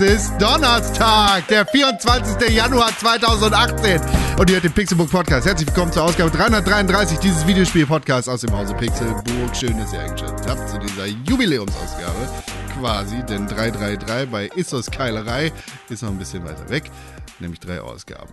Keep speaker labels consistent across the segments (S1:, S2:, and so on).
S1: ist Donnerstag, der 24. Januar 2018. Und ihr hört den Pixelburg Podcast. Herzlich willkommen zur Ausgabe 333 dieses Videospiel-Podcasts aus dem Hause Pixelburg. Schön, dass ihr eingeschaltet habt zu dieser Jubiläumsausgabe. Quasi, denn 333 bei Issos Keilerei ist noch ein bisschen weiter weg, nämlich drei Ausgaben.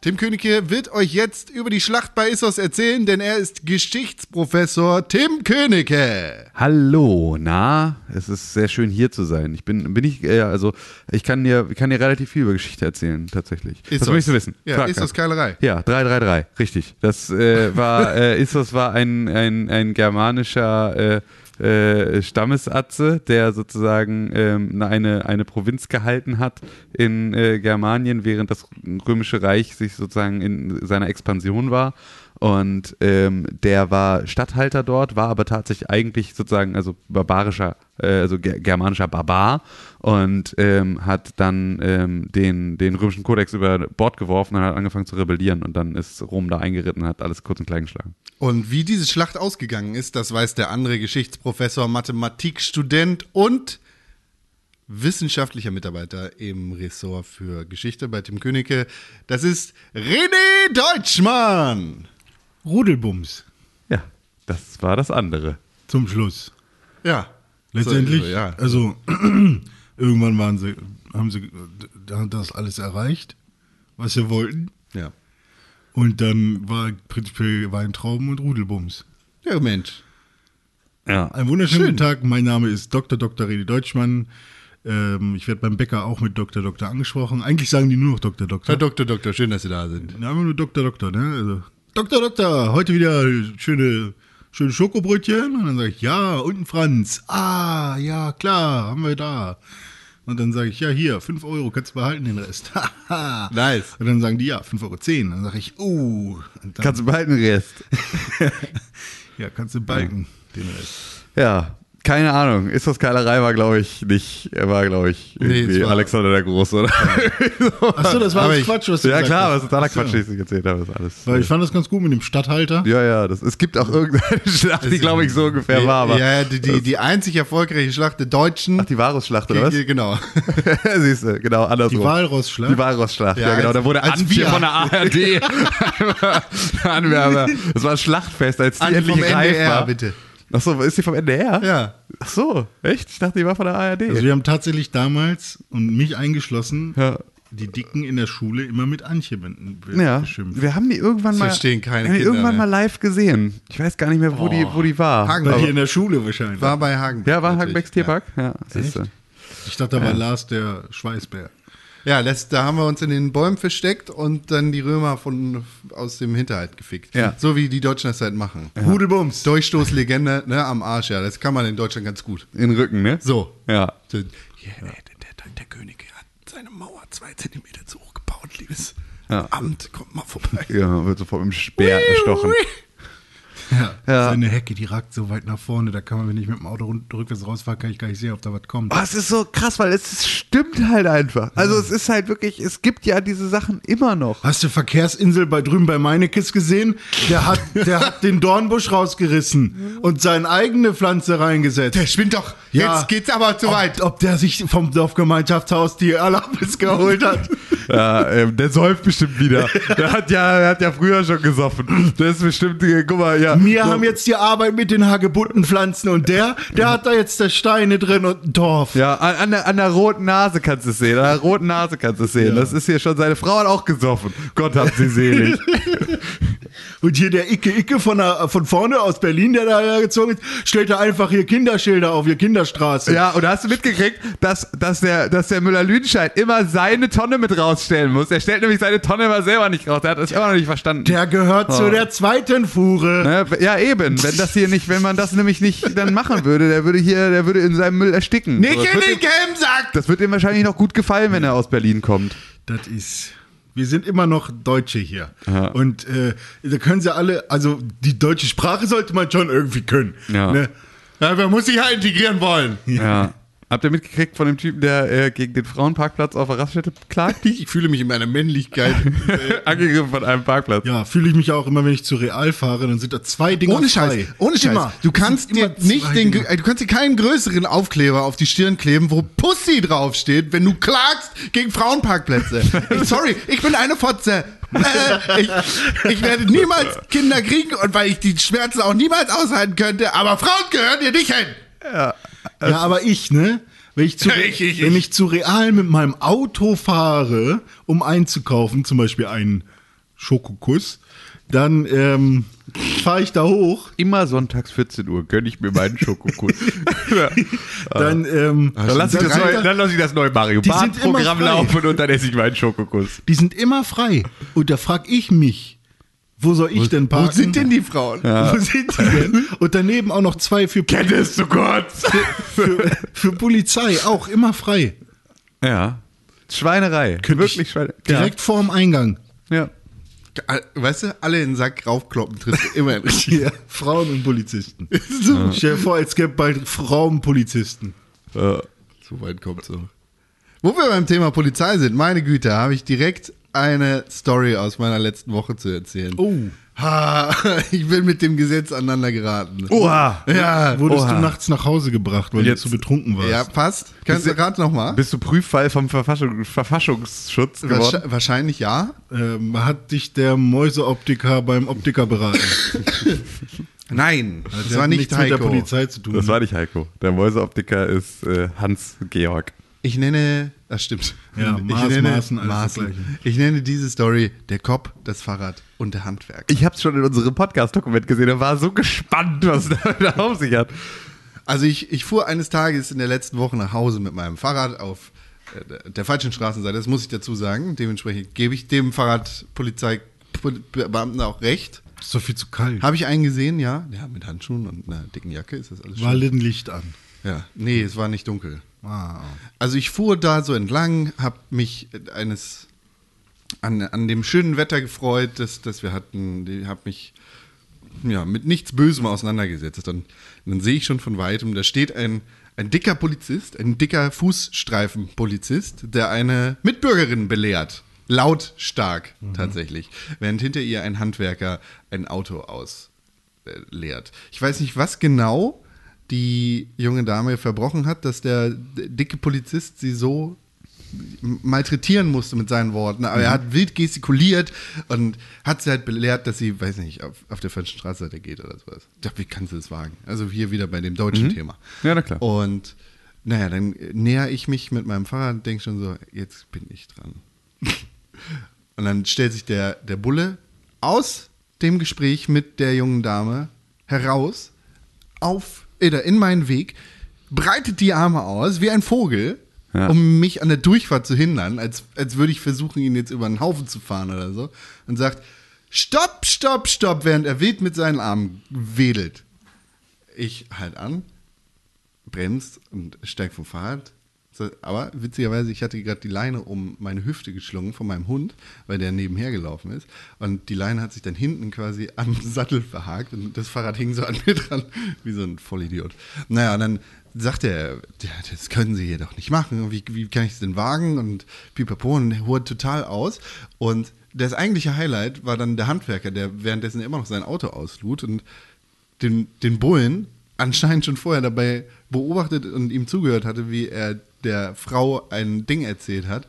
S1: Tim Königke wird euch jetzt über die Schlacht bei Issos erzählen, denn er ist Geschichtsprofessor Tim Königke.
S2: Hallo, na, es ist sehr schön hier zu sein. Ich bin, bin ich, äh, also ich kann dir, kann dir relativ viel über Geschichte erzählen, tatsächlich.
S1: Issos.
S2: das möchtest du wissen?
S1: Ja,
S2: Frag
S1: Issos
S2: das.
S1: Keilerei.
S2: Ja, 333, richtig. Das äh, war, äh, Issos war ein, ein, ein germanischer äh, äh, Stammesatze, der sozusagen ähm, eine, eine Provinz gehalten hat in äh, Germanien, während das Römische Reich sich sozusagen in seiner Expansion war. Und ähm, der war Statthalter dort, war aber tatsächlich eigentlich sozusagen also barbarischer, äh, also ge- germanischer Barbar und ähm, hat dann ähm, den, den römischen Kodex über Bord geworfen und hat angefangen zu rebellieren und dann ist Rom da eingeritten und hat alles kurz und klein geschlagen.
S1: Und wie diese Schlacht ausgegangen ist, das weiß der andere Geschichtsprofessor, Mathematikstudent und wissenschaftlicher Mitarbeiter im Ressort für Geschichte bei Tim Königke. Das ist René Deutschmann.
S3: Rudelbums
S2: Ja, das war das andere.
S3: zum Schluss.
S1: Ja.
S3: Letztendlich,
S1: So, ja.
S3: also irgendwann waren sie, haben sie da- das alles erreicht, was sie wollten.
S1: ja.
S3: Und dann war prinzipiell Weintrauben und Rudelbums.
S1: Ja, Mensch.
S2: Ja.
S3: Einen wunderschönen
S1: Schön.
S3: guten Tag, mein Name ist Dr. Dr. Redi Deutschmann. Ähm, ich werde beim Bäcker auch mit Dr. Dr. angesprochen. Eigentlich sagen die nur noch Dr. Dr.
S1: Herr Doktor, Doktor, schön, dass Sie da sind.
S3: Na, immer nur Dr. Doktor, ne? Also, Dr. Doktor, heute wieder schöne, schöne Schokobrötchen. Und dann sage ich, ja, und ein Franz. Ah, ja, klar, haben wir da. Und dann sage ich, ja, hier, 5 Euro, kannst du behalten den Rest. Haha.
S1: Nice.
S3: Und dann sagen die, ja, 5,10 Euro. zehn. Dann sage ich, oh. Und dann,
S2: Kannst du behalten den Rest.
S3: ja, kannst du balken den Rest.
S2: Ja, keine Ahnung. Ist das Keilerei war, glaube ich, nicht, war, glaube ich,
S1: Nee,
S2: irgendwie
S1: es war-
S2: Alexander der Große, oder?
S3: Achso, das
S1: Aber
S3: war alles
S1: ich-
S3: Quatsch, was du
S2: ja,
S3: gesagt
S2: klar,
S3: hast.
S2: was totaler
S3: Ach so.
S2: Quatsch, den ich erzählt habe, ist alles.
S3: Weil ich fand das ganz gut mit dem Stadthalter.
S2: Ja, ja, das, es gibt auch irgendeine Schlacht, die glaube ich so ungefähr war, aber.
S1: ja, die, die, die einzig erfolgreiche Schlacht der Deutschen.
S2: Ach, die Varusschlacht, oder was?
S1: Genau.
S2: Siehst du, genau, andersrum.
S3: Die Walrossschlacht.
S2: Die Walrossschlacht, ja,
S1: Ja,
S2: genau.
S1: als-
S2: Da wurde
S1: als
S2: Anbier
S1: wir-
S2: von der ARD. Anwerber. Das war ein Schlachtfest, als die
S1: An-
S2: endlich
S1: vom
S2: reif
S1: NDR,
S2: war.
S1: bitte.
S2: Achso, ist die vom NDR?
S1: Ja.
S2: Ach so, echt? Ich dachte, die war von der ARD.
S3: Also wir haben tatsächlich damals und mich eingeschlossen,
S2: Ja.
S3: die Dicken in der Schule immer mit Antje be- be-
S2: ja,
S3: beschimpft.
S2: wir haben die irgendwann mal,
S1: verstehen keine
S2: haben die
S1: Kinder,
S2: irgendwann
S1: ne?
S2: mal live gesehen. Ich weiß gar nicht mehr, wo, die, wo die war.
S1: Hagen-
S3: Bei
S1: Aber-
S3: dir in der Schule wahrscheinlich.
S1: War bei Hagen.
S2: Ja, war
S1: natürlich.
S2: Hagenbecks Tierpark. Ja, siehst du.
S3: ich dachte, da war Lars der Schweißbär.
S1: Ja, das, da haben wir uns in den Bäumen versteckt und dann die Römer von, aus dem Hinterhalt gefickt.
S2: Ja.
S1: So wie die Deutschen das halt machen.
S3: Rudelbums.
S1: Durchstoßlegende ne, am Arsch, ja. Das kann man in Deutschland ganz gut.
S2: In den Rücken, ne?
S1: So.
S2: Ja.
S1: Hier,
S4: Der, der König hat seine Mauer zwei Zentimeter zu hoch gebaut, liebes
S2: Ja.
S4: Amt. Kommt mal vorbei.
S2: Ja, wird sofort mit dem Speer erstochen.
S3: Ja.
S2: Ja.
S3: Seine Hecke, die ragt so weit nach vorne, da kann man, wenn ich mit dem Auto rund- rückwärts rausfahre, kann ich gar nicht sehen, ob da was kommt.
S2: Oh, es ist so krass, weil es ist- stimmt halt einfach. Also es ist halt wirklich, es gibt ja diese Sachen immer noch.
S3: Hast du Verkehrsinsel bei drüben bei Meinekes gesehen? Der hat, der hat den Dornbusch rausgerissen und seine eigene Pflanze reingesetzt.
S1: Der spinnt doch.
S3: Ja.
S1: Jetzt geht's aber zu weit.
S3: Ob, ob der sich vom Dorfgemeinschaftshaus die Erlaubnis geholt hat.
S2: Ja, ähm, der säuft bestimmt wieder. Der hat ja, der hat ja früher schon gesoffen. Der ist bestimmt, äh, guck mal, ja.
S3: Wir
S2: so-
S3: haben jetzt die Arbeit mit den Hagebuttenpflanzen und der, der hat da jetzt da Steine drin und ein Dorf.
S2: Ja, an, an, der, an der roten Nase kannst du es sehen. An der roten Nase kannst du es sehen. Das ist hier schon, seine Frau hat auch gesoffen. Gott hat sie selig.
S3: Und hier der Icke Icke von, der, von vorne aus Berlin, der da gezogen ist, stellt da einfach hier Kinderschilder auf, hier Kinderstraße.
S2: Ja, und hast du mitgekriegt, dass, dass der, dass der Müller-Lüdenscheid immer seine Tonne mit rausstellen muss? Er stellt nämlich seine Tonne immer selber nicht raus. Der hat das immer noch nicht verstanden.
S3: Der gehört
S2: Oh.
S3: zu der zweiten Fuhre.
S2: Ne? Ja, eben. Wenn das hier nicht, wenn man das nämlich nicht dann machen würde, der würde hier, der würde in seinem Müll ersticken.
S1: Nicht
S2: das,
S1: in
S2: wird
S1: den
S2: ihm,
S1: gelben Sack.
S2: das wird ihm wahrscheinlich noch gut gefallen, wenn er aus Berlin kommt.
S3: Das ist. Wir sind immer noch Deutsche hier. Und äh, da können sie alle, also die deutsche Sprache sollte man schon irgendwie können.
S2: Ja.
S3: Ne?
S1: Ja, man muss sich halt integrieren wollen.
S2: Ja. Habt ihr mitgekriegt von dem Typen, der äh, gegen den Frauenparkplatz auf der Raststätte klagt?
S1: Ich fühle mich in meiner Männlichkeit.
S2: Angegriffen von einem Parkplatz.
S3: Ja, fühle ich mich auch immer, wenn ich zu Real fahre, dann sind da zwei Dinger
S1: Ohne Scheiß,
S3: frei.
S1: ohne Scheiß.
S3: Immer.
S1: Du kannst
S3: Es sind
S1: dir
S3: immer
S1: nicht
S3: zwei
S1: den,
S3: Dinger.
S1: äh, du kannst dir keinen größeren Aufkleber auf die Stirn kleben, wo Pussy draufsteht, wenn du klagst gegen Frauenparkplätze. Ich, sorry, ich bin eine Fotze. Äh, ich, ich werde niemals Kinder kriegen und weil ich die Schmerzen auch niemals aushalten könnte, aber Frauen gehören dir nicht hin.
S3: Ja, aber ich, ne? Wenn ich, zu,
S1: äh, Ich, ich,
S3: wenn ich zu Real mit meinem Auto fahre, um einzukaufen, zum Beispiel einen Schokokuss, dann ähm, fahre ich da hoch,
S2: Immer sonntags 14 Uhr gönne ich mir meinen Schokokuss. ja.
S3: dann, ähm,
S2: Ah, Dann lasse ich, das
S3: sind
S2: neue-
S3: da-
S2: dann lass ich das neue Mario
S3: Die sind immer
S2: Barth-Programm
S3: frei.
S2: laufen und dann esse ich meinen Schokokuss.
S3: die sind immer frei. Und da frag ich mich, wo soll ich denn parken?
S1: Wo sind denn die Frauen?
S3: Wo sind die denn? Und daneben auch noch zwei für,
S2: Kennst du Gott?
S3: für, für Polizei, auch immer frei.
S2: Ja. Schweinerei. Wirklich Schweinerei.
S3: Direkt vorm Eingang.
S2: Ja. ja.
S1: Äh, Weißt du, alle in den Sack raufkloppen, triffst du immer einen richtigen.
S3: Ja, Frauen und Polizisten. Stell dir vor, es gäbe bald Frauenpolizisten.
S1: So weit kommt's noch. Wo wir beim Thema Polizei sind, meine Güte, habe ich direkt eine Story aus meiner letzten Woche zu erzählen.
S3: Oh.
S1: Ha, ich bin mit dem Gesetz aneinander geraten.
S3: Oh.
S2: Oha.
S1: Ja,
S3: Wurdest
S2: Oha.
S3: du nachts nach Hause gebracht, weil
S2: Jetzt-
S3: du zu betrunken warst?
S1: ja, passt. Kannst du gerade nochmal?
S2: Bist du Prüffall vom Verfassung, Verfassungsschutz geworden?
S1: Wahrscheinlich ja.
S3: Ähm, hat dich der Mäuseoptiker beim Optiker beraten?
S1: Nein, das
S3: Der
S1: war
S3: hat
S1: nicht
S3: nichts mit der
S1: Heiko.
S3: Polizei zu tun.
S2: Das war nicht Heiko. Der Mäuseoptiker ist äh, Hans Georg.
S1: Ich nenne, das stimmt.
S3: Ja,
S1: ich
S3: Maß,
S1: nenne,
S3: Maßen, alles
S1: Maßen.
S3: das Gleiche.
S1: Ich nenne diese Story der Kopf, das Fahrrad und der Handwerk.
S2: Ich hab's schon in unserem Podcast-Dokument gesehen. Er war so gespannt, was es damit auf sich hat.
S1: Also ich, ich fuhr eines Tages in der letzten Woche nach Hause mit meinem Fahrrad auf äh, der falschen Straßenseite, das muss ich dazu sagen. Dementsprechend gebe ich dem Fahrradpolizeibeamten auch recht.
S3: ist doch viel zu kalt.
S1: Habe ich einen gesehen, ja. Ja, mit Handschuhen und einer dicken Jacke ist das alles
S3: War
S1: schön.
S3: Linnenlicht an.
S1: Ja. Nee, es war nicht dunkel.
S3: Ah.
S1: Also ich fuhr da so entlang, habe mich eines an, an dem schönen Wetter gefreut, das, das wir hatten. Ich habe mich ja, mit nichts Bösem auseinandergesetzt. Und dann sehe ich schon von weitem, da steht ein, ein dicker Polizist, ein dicker Fußstreifenpolizist, der eine Mitbürgerin belehrt. Lautstark tatsächlich. Während hinter ihr ein Handwerker ein Auto aus äh, leert. Ich weiß nicht, was genau die junge Dame verbrochen hat, dass der d- dicke Polizist sie so m- malträtieren musste mit seinen Worten. Aber er
S2: Mhm.
S1: hat wild gestikuliert und hat sie halt belehrt, dass sie, weiß nicht, auf, auf der falschen Straßenseite geht oder sowas. Ich dachte, wie kannst du das wagen? Also hier wieder bei dem deutschen Thema.
S2: Mhm. Ja, na klar.
S1: Und naja, dann äh, näher ich mich mit meinem Fahrrad und denke schon so, jetzt bin ich dran. Und dann stellt sich der, der Bulle aus dem Gespräch mit der jungen Dame heraus, auf, oder in meinen Weg, breitet die Arme aus wie ein Vogel,
S2: Ja.
S1: um mich an der Durchfahrt zu hindern, als, als würde ich versuchen, ihn jetzt über den Haufen zu fahren oder so, und sagt, stopp, stopp, stopp, während er wild mit seinen Armen wedelt. Ich halt an, bremst und steig vom Fahrrad. So, Aber witzigerweise, ich hatte gerade die Leine um meine Hüfte geschlungen von meinem Hund, weil der nebenher gelaufen ist. Und die Leine hat sich dann hinten quasi am Sattel verhakt und das Fahrrad hing so an mir dran, wie so ein Vollidiot. Naja, und dann sagte er, "Ja, das können Sie hier doch nicht machen. Wie, wie kann ich es denn wagen? Und pipapo, und holt total aus. Und das eigentliche Highlight war dann der Handwerker, der währenddessen immer noch sein Auto auslud und den, den Bullen anscheinend schon vorher dabei beobachtet und ihm zugehört hatte, wie er der Frau ein Ding erzählt hat.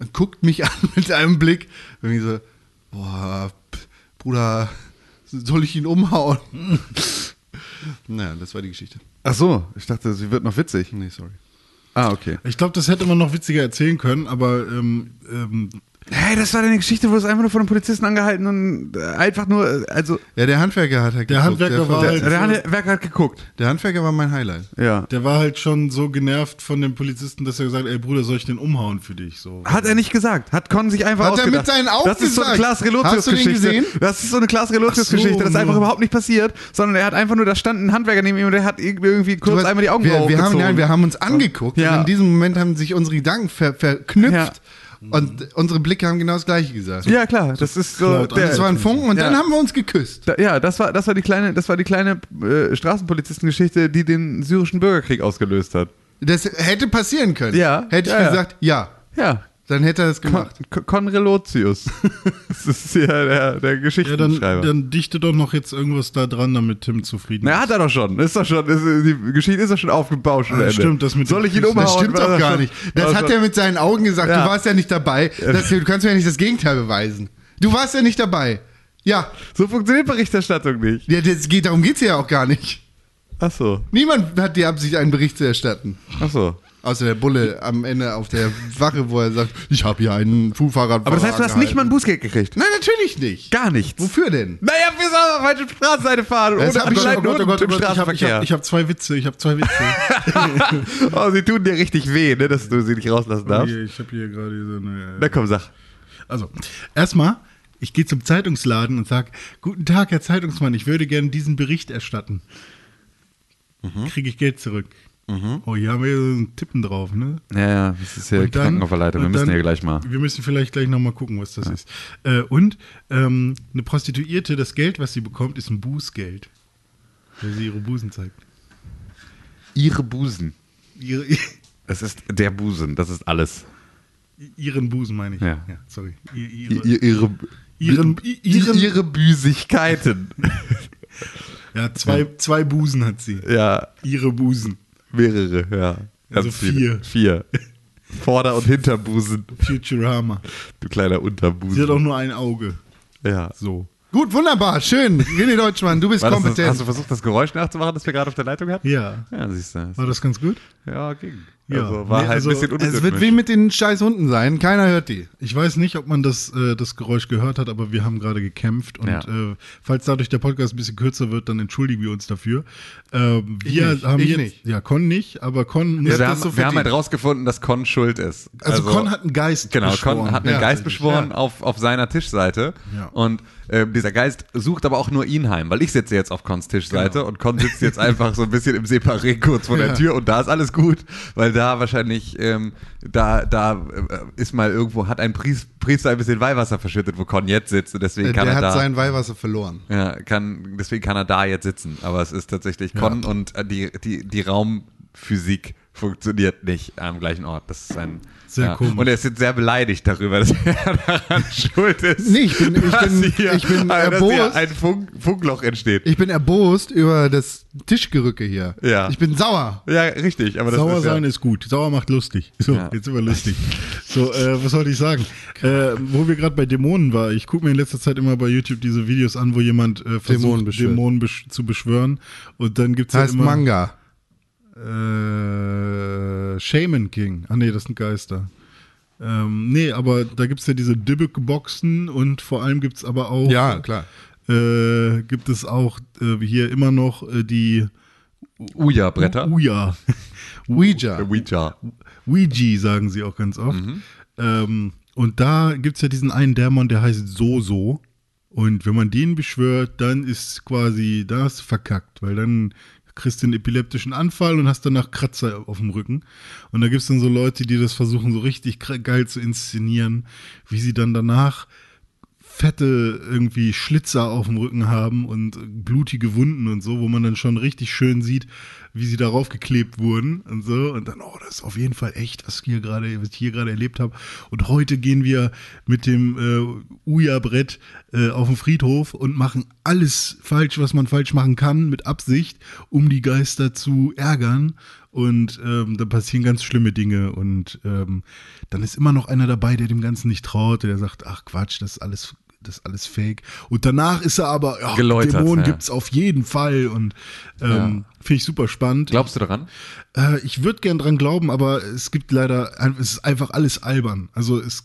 S1: Und guckt mich an mit einem Blick. Und ich so, boah, P- Bruder, soll ich ihn umhauen? naja, das war die Geschichte.
S2: Ach so, ich dachte, sie wird noch witzig.
S1: Nee, sorry.
S2: Ah, okay.
S3: Ich glaube, das hätte man noch witziger erzählen können, aber ähm, ähm,
S2: Hey, das war deine Geschichte, wo es einfach nur von einem Polizisten angehalten und äh, einfach nur, äh, also,
S1: Ja, der Handwerker hat halt
S3: Der
S1: geguckt,
S3: Handwerker
S1: der,
S3: war
S1: der,
S3: halt-
S2: der Handwerker hat geguckt.
S1: der Handwerker war mein Highlight.
S2: Ja.
S3: der war halt schon so genervt von dem Polizisten, dass er gesagt hat, ey Bruder, soll ich den umhauen für dich? So.
S2: Hat er nicht gesagt. Hat Con sich einfach
S1: Hat er mit
S2: ausgedacht.
S1: seinen Augen
S2: Das ist so eine
S1: gesagt?
S2: Klaas Relotius
S1: Hast du den
S2: Geschichte.
S1: gesehen?
S2: Das ist so eine Klaas Relotius
S3: Ach so,
S2: Geschichte. das ist einfach
S3: nur.
S2: überhaupt nicht passiert, sondern er hat einfach nur, da stand ein Handwerker neben ihm und der hat irgendwie kurz
S1: Du hast-
S2: einmal die Augen
S1: wir, wir haben,
S2: hochgezogen.
S1: Nein, wir haben uns angeguckt und
S2: Ja.
S1: in diesem Moment haben sich unsere Gedanken ver, verknüpft
S2: Ja.
S1: und unsere Blicke haben genau das Gleiche gesagt.
S2: Ja, klar. Das ist so.
S3: Cloud
S2: Der,
S1: das war ein Funken und
S2: Ja.
S1: dann haben wir uns geküsst.
S2: da, ja, das war, das war die kleine, das war die kleine äh, Straßenpolizistengeschichte, die den syrischen Bürgerkrieg ausgelöst hat.
S1: Das hätte passieren können.
S2: Ja,
S1: Hätte ich
S2: ja, ja.
S1: gesagt, ja.
S2: Ja.
S1: Dann hätte er das gemacht.
S2: Con- Conrelotius. das ist ja der, der
S3: Ja, dann,
S2: Geschichtenschreiber.
S3: dann dichte doch noch jetzt irgendwas da dran, damit Tim zufrieden
S2: Na, hat er doch schon. Ist doch schon, ist, die Geschichte ist doch schon aufgebauscht. am
S3: Ah,
S2: Ende.
S3: stimmt, das mit dem
S2: Soll ich ihn
S3: Füßen,
S2: umhauen?
S1: Das stimmt
S2: War
S1: doch
S2: doch
S1: gar
S2: schon-
S1: nicht. Das
S2: war
S1: hat
S2: schon-
S1: er mit seinen Augen gesagt.
S2: Ja.
S1: Du warst ja nicht dabei. Das, du kannst mir ja nicht das Gegenteil beweisen. Du warst ja nicht dabei. Ja,
S2: So funktioniert Berichterstattung nicht.
S1: ja das geht, darum geht es ja auch gar nicht.
S2: Ach so,
S1: Niemand hat die Absicht, einen Bericht zu erstatten.
S2: ach so.
S1: Außer der Bulle am Ende auf der Wache, wo er sagt, ich habe hier einen Fußfahrer.
S2: Aber das heißt, du hast nicht mal ein Bußgeld gekriegt.
S1: Nein, natürlich nicht.
S2: Gar nichts.
S1: Wofür denn?
S2: Naja, wir sollen auf der Straßenseite fahren.
S1: Das
S2: Ohne
S1: hab ich schon-
S2: Abschneiden
S1: oh Gott, oh
S2: unten im
S3: ich habe
S2: Straßenverkehr.
S3: hab, ich hab zwei Witze, ich habe zwei Witze.
S2: Oh, sie tun dir richtig weh, ne, dass du sie nicht rauslassen darfst.
S3: hier, ich habe hier gerade so eine.
S2: Na komm, sag.
S3: Also, erstmal, ich gehe zum Zeitungsladen und sage, guten Tag, Herr Zeitungsmann, ich würde gerne diesen Bericht erstatten.
S2: Mhm.
S3: Kriege ich Geld zurück. Oh, hier haben wir so einen Tippen drauf, ne?
S2: Ja, ja, das ist ja
S3: Und dann-
S2: Krankenauferleitung. Wir
S3: und
S2: müssen
S3: dann-
S2: hier gleich mal.
S3: Wir müssen vielleicht gleich nochmal gucken, was das ist. Äh, und ähm, eine Prostituierte, das Geld, was sie bekommt, ist ein Bußgeld. Weil sie ihre Busen zeigt.
S2: Ihre Busen.
S3: Ihre,
S2: Es ist der Busen, das ist alles.
S3: ihren Busen meine ich.
S2: Ja.
S3: sorry. Ihr-
S2: I-
S3: Ihre,
S2: i- ihre,
S3: Ihren-
S2: i-
S3: ihren-
S2: ihre Büsigkeiten.
S3: ja, zwei, zwei Busen hat sie.
S2: ja,
S3: Ihre Busen.
S2: mehrere, ja. Ganz
S3: Also
S2: viele. Vier. Vorder- und Hinterbusen.
S3: Futurama.
S2: Du kleiner
S3: Sie hat auch
S2: Unterbusen.
S3: nur ein Auge.
S2: Ja.
S3: So.
S1: Gut, wunderbar, schön. René Deutschmann, du bist
S2: War das das,
S1: kompetent.
S2: hast du versucht, das Geräusch nachzumachen, das wir gerade auf der Leitung hatten?
S3: Ja.
S2: Ja, siehst du.
S3: War das ganz gut?
S2: Ja, ging.
S3: Ja.
S2: Also, war
S3: Nee,
S2: halt
S3: also,
S2: ein bisschen
S3: es wird
S1: es wird
S2: unrhythmisch.
S1: wie mit den scheiß Hunden sein. Keiner hört die.
S3: Ich weiß nicht, ob man das, äh, das Geräusch gehört hat, aber wir haben gerade gekämpft. Und
S2: Ja.
S3: äh, falls dadurch der Podcast ein bisschen kürzer wird, dann entschuldigen wir uns dafür. Ähm, wir
S1: nicht,
S3: haben
S1: ich
S3: jetzt,
S1: nicht.
S3: Ja, Con nicht, aber Con
S2: wir
S3: das
S2: haben,
S3: so
S2: wir haben
S3: verdient.
S2: halt rausgefunden, dass Con schuld ist.
S3: also, Con hat einen Geist
S2: Genau,
S3: beschworen.
S2: Con hat einen
S3: Ja,
S2: Geist
S3: tatsächlich.
S2: beschworen auf, auf seiner Tischseite.
S3: Ja.
S2: Und ähm, dieser Geist sucht aber auch nur ihn heim, weil ich sitze jetzt auf Cons Tischseite und Con sitzt jetzt einfach so ein bisschen im Separé kurz vor der Tür und da ist alles gut, weil da wahrscheinlich, ähm, da, da äh, ist mal irgendwo, hat ein Priest, Priester ein bisschen Weihwasser verschüttet, wo Con jetzt sitzt und deswegen
S1: Äh, Der,
S2: kann er
S1: hat
S2: da.
S1: sein Weihwasser verloren.
S2: Ja, kann, deswegen kann er da jetzt sitzen. Aber es ist tatsächlich Con und äh, die, die, die Raumphysik funktioniert nicht am gleichen Ort. Das ist ein.
S3: Sehr komisch.
S2: Und er ist jetzt sehr beleidigt darüber, dass er daran schuld ist.
S1: Nee, ich bin- ich
S2: dass
S1: bin- ich bin
S2: äh, dass
S1: erbost.
S2: hier ein Funk, Funkloch entsteht.
S1: Ich bin erbost über das Tischgerücke hier.
S2: Ja.
S1: Ich bin sauer.
S2: ja, richtig. Aber das
S3: Sauer
S2: ist
S3: sein
S2: ja,
S3: ist gut. Sauer macht lustig. So,
S2: Ja.
S3: jetzt sind wir lustig. So, äh, was sollte ich sagen? Äh, wo wir gerade bei Dämonen war, ich gucke mir in letzter Zeit immer bei YouTube diese Videos an, wo jemand äh, versucht,
S1: Dämonen
S3: Dämonen,
S1: beschwört.
S3: besch zu beschwören. Und dann gibt es
S1: Das heißt
S3: immer,
S1: Manga.
S3: Äh, Shaman King. Ah nee, das sind Geister. Ähm, nee, aber da gibt es ja diese Dybbuk-Boxen und vor allem gibt es aber auch
S1: Ja, klar.
S3: äh, gibt es auch äh, hier immer noch äh, die
S2: Uja-Bretter.
S3: Uja.
S1: Ouija.
S2: Ouija.
S3: Ouija sagen sie auch ganz oft. Ähm, und da gibt es ja diesen einen Dämon, der heißt Soso. Und wenn man den beschwört, dann ist quasi das verkackt, weil dann kriegst du einen epileptischen Anfall und hast danach Kratzer auf dem Rücken. Und da gibt es dann so Leute, die das versuchen, so richtig kr- geil zu inszenieren, wie sie dann danach fette irgendwie Schlitzer auf dem Rücken haben und blutige Wunden und so, wo man dann schon richtig schön sieht, wie sie darauf geklebt wurden und so. Und dann, oh, das ist auf jeden Fall echt, was, hier gerade, was ich hier gerade erlebt habe. Und heute gehen wir mit dem äh, Uja-Brett äh, auf den Friedhof und machen alles falsch, was man falsch machen kann, mit Absicht, um die Geister zu ärgern. Und ähm, da passieren ganz schlimme Dinge. Und ähm, dann ist immer noch einer dabei, der dem Ganzen nicht traut, der sagt, ach Quatsch, das ist alles, das ist alles fake. Und danach ist er aber, ja,
S2: Geläutert,
S3: Dämonen
S2: ja.
S3: gibt's auf jeden Fall. Und ähm, finde ich super spannend.
S2: Glaubst du daran?
S3: Äh, ich würde gern dran glauben, aber es gibt leider, ein- es ist einfach alles albern. Also es,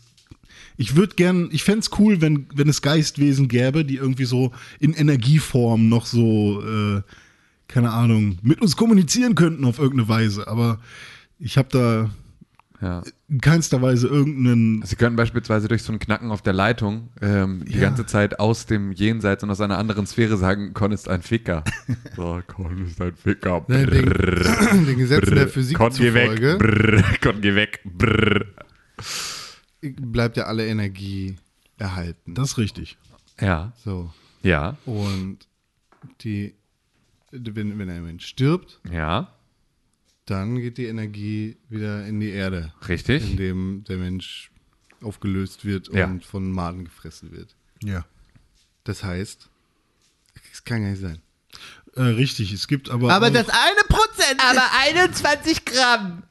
S3: ich würde gern, ich fänd's cool, wenn, wenn es Geistwesen gäbe, die irgendwie so in Energieform noch so, äh, keine Ahnung, mit uns kommunizieren könnten auf irgendeine Weise. Aber ich habe da
S2: Ja.
S3: in keinster Weise irgendeinen.
S2: Sie können beispielsweise durch so ein Knacken auf der Leitung ähm, die
S3: Ja.
S2: ganze Zeit aus dem Jenseits und aus einer anderen Sphäre sagen, Con ist ein Ficker. So, Con ist ein Ficker.
S1: Den,
S2: Brrr.
S1: den Gesetzen der Physik
S2: Con, geh weg.
S1: zufolge
S2: Brrr. Con, geh weg. Brrr.
S1: bleibt ja alle Energie erhalten.
S3: Das ist richtig.
S2: Ja,
S1: so.
S2: ja,
S1: Und die, wenn, wenn ein Mensch stirbt,
S2: ja.
S5: Dann geht die Energie wieder in die Erde,
S6: Richtig?
S5: indem der Mensch aufgelöst wird und
S6: Ja.
S5: von Maden gefressen wird.
S1: Ja.
S5: Das heißt, es kann gar nicht sein.
S3: Äh, richtig, es gibt aber. auch,
S2: eine Prozent. Aber 21 Gramm.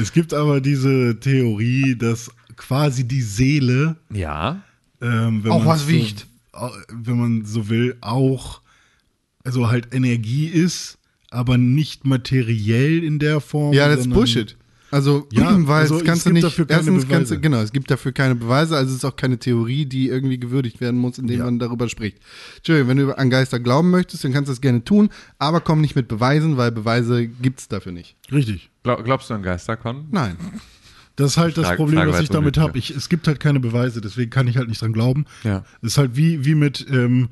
S3: es gibt aber diese Theorie, dass quasi die Seele,
S2: Ja.
S3: ähm, wenn
S1: Auch
S3: man
S1: was
S3: so,
S1: wiegt.
S3: au- wenn man so will, auch also halt Energie ist, aber nicht materiell in der Form.
S1: Ja, das ist
S3: sondern-
S1: Bullshit. Also,
S3: Ja,
S1: weil
S3: also
S1: es
S3: es
S1: kannst du
S3: gibt
S1: nicht.
S3: dafür keine
S1: erstens kannst du,
S3: Beweise.
S1: genau, es gibt dafür keine Beweise, also es ist auch keine Theorie, die irgendwie gewürdigt werden muss, indem man darüber spricht. Entschuldigung, wenn du an Geister glauben möchtest, dann kannst du das gerne tun, aber komm nicht mit Beweisen, weil Beweise gibt's dafür nicht.
S3: Richtig.
S2: Glaub, glaubst du an Geister, Con?
S1: Nein.
S3: Das ist halt das
S2: Frage-
S3: Problem,
S2: Frage war
S3: was ich
S2: jetzt
S3: damit
S2: unnötig,
S3: habe. Es gibt halt keine Beweise, deswegen kann ich halt nicht dran glauben.
S2: Ja.
S3: Es ist halt wie, wie mit, ähm,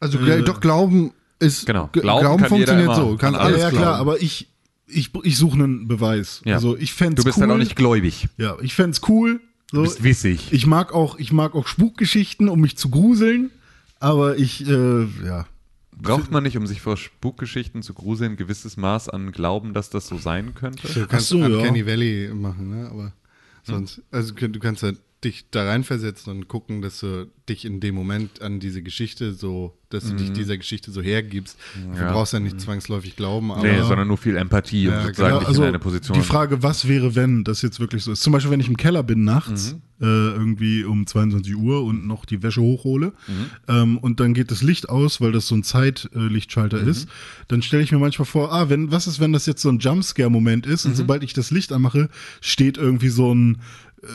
S1: Also, gl-
S3: Äh,
S1: doch Glauben ist.
S2: Genau.
S1: G-
S2: Glauben
S1: Glauben,
S2: kann
S1: funktioniert
S2: jeder immer
S1: so. Du kannst
S2: an
S1: alles
S3: ja
S1: glauben.
S3: klar, aber ich, ich, ich suche einen Beweis.
S2: Ja.
S3: Also ich fänd's
S2: Du bist
S3: cool.
S2: dann auch nicht gläubig.
S3: ja, ich fänd's cool. So,
S2: Du bist wissig.
S3: ich mag auch, ich mag auch Spukgeschichten, um mich zu gruseln, aber ich, äh, ja.
S2: Braucht man nicht, um sich vor Spukgeschichten zu gruseln, ein gewisses Maß an Glauben, dass das so sein könnte?
S1: Du kannst
S3: so, ja.
S1: Uncanny Valley machen, ne? Aber sonst,
S2: Hm.
S1: also du könnt- du kannst halt dich da reinversetzen und gucken, dass du dich in dem Moment an diese Geschichte so, dass du dich dieser Geschichte so hergibst. Du
S2: Hm. Ja. Hm.
S1: brauchst ja nicht zwangsläufig glauben, aber
S2: Nee, sondern nur viel Empathie, um
S1: Ja,
S2: sozusagen
S1: genau,
S2: dich
S3: also
S2: in eine Position.
S3: Die Frage, was wäre, wenn das jetzt wirklich so ist? Zum Beispiel, wenn ich im Keller bin nachts,
S2: Mhm.
S3: äh, irgendwie um 22 Uhr und noch die Wäsche hochhole
S2: Mhm.
S3: ähm, und dann geht das Licht aus, weil das so ein Zeitlichtschalter
S2: Mhm.
S3: ist, dann stelle ich mir manchmal vor, ah, wenn, was ist, wenn das jetzt so ein Jumpscare-Moment ist
S2: Mhm.
S3: und sobald ich das Licht anmache, steht irgendwie so ein äh,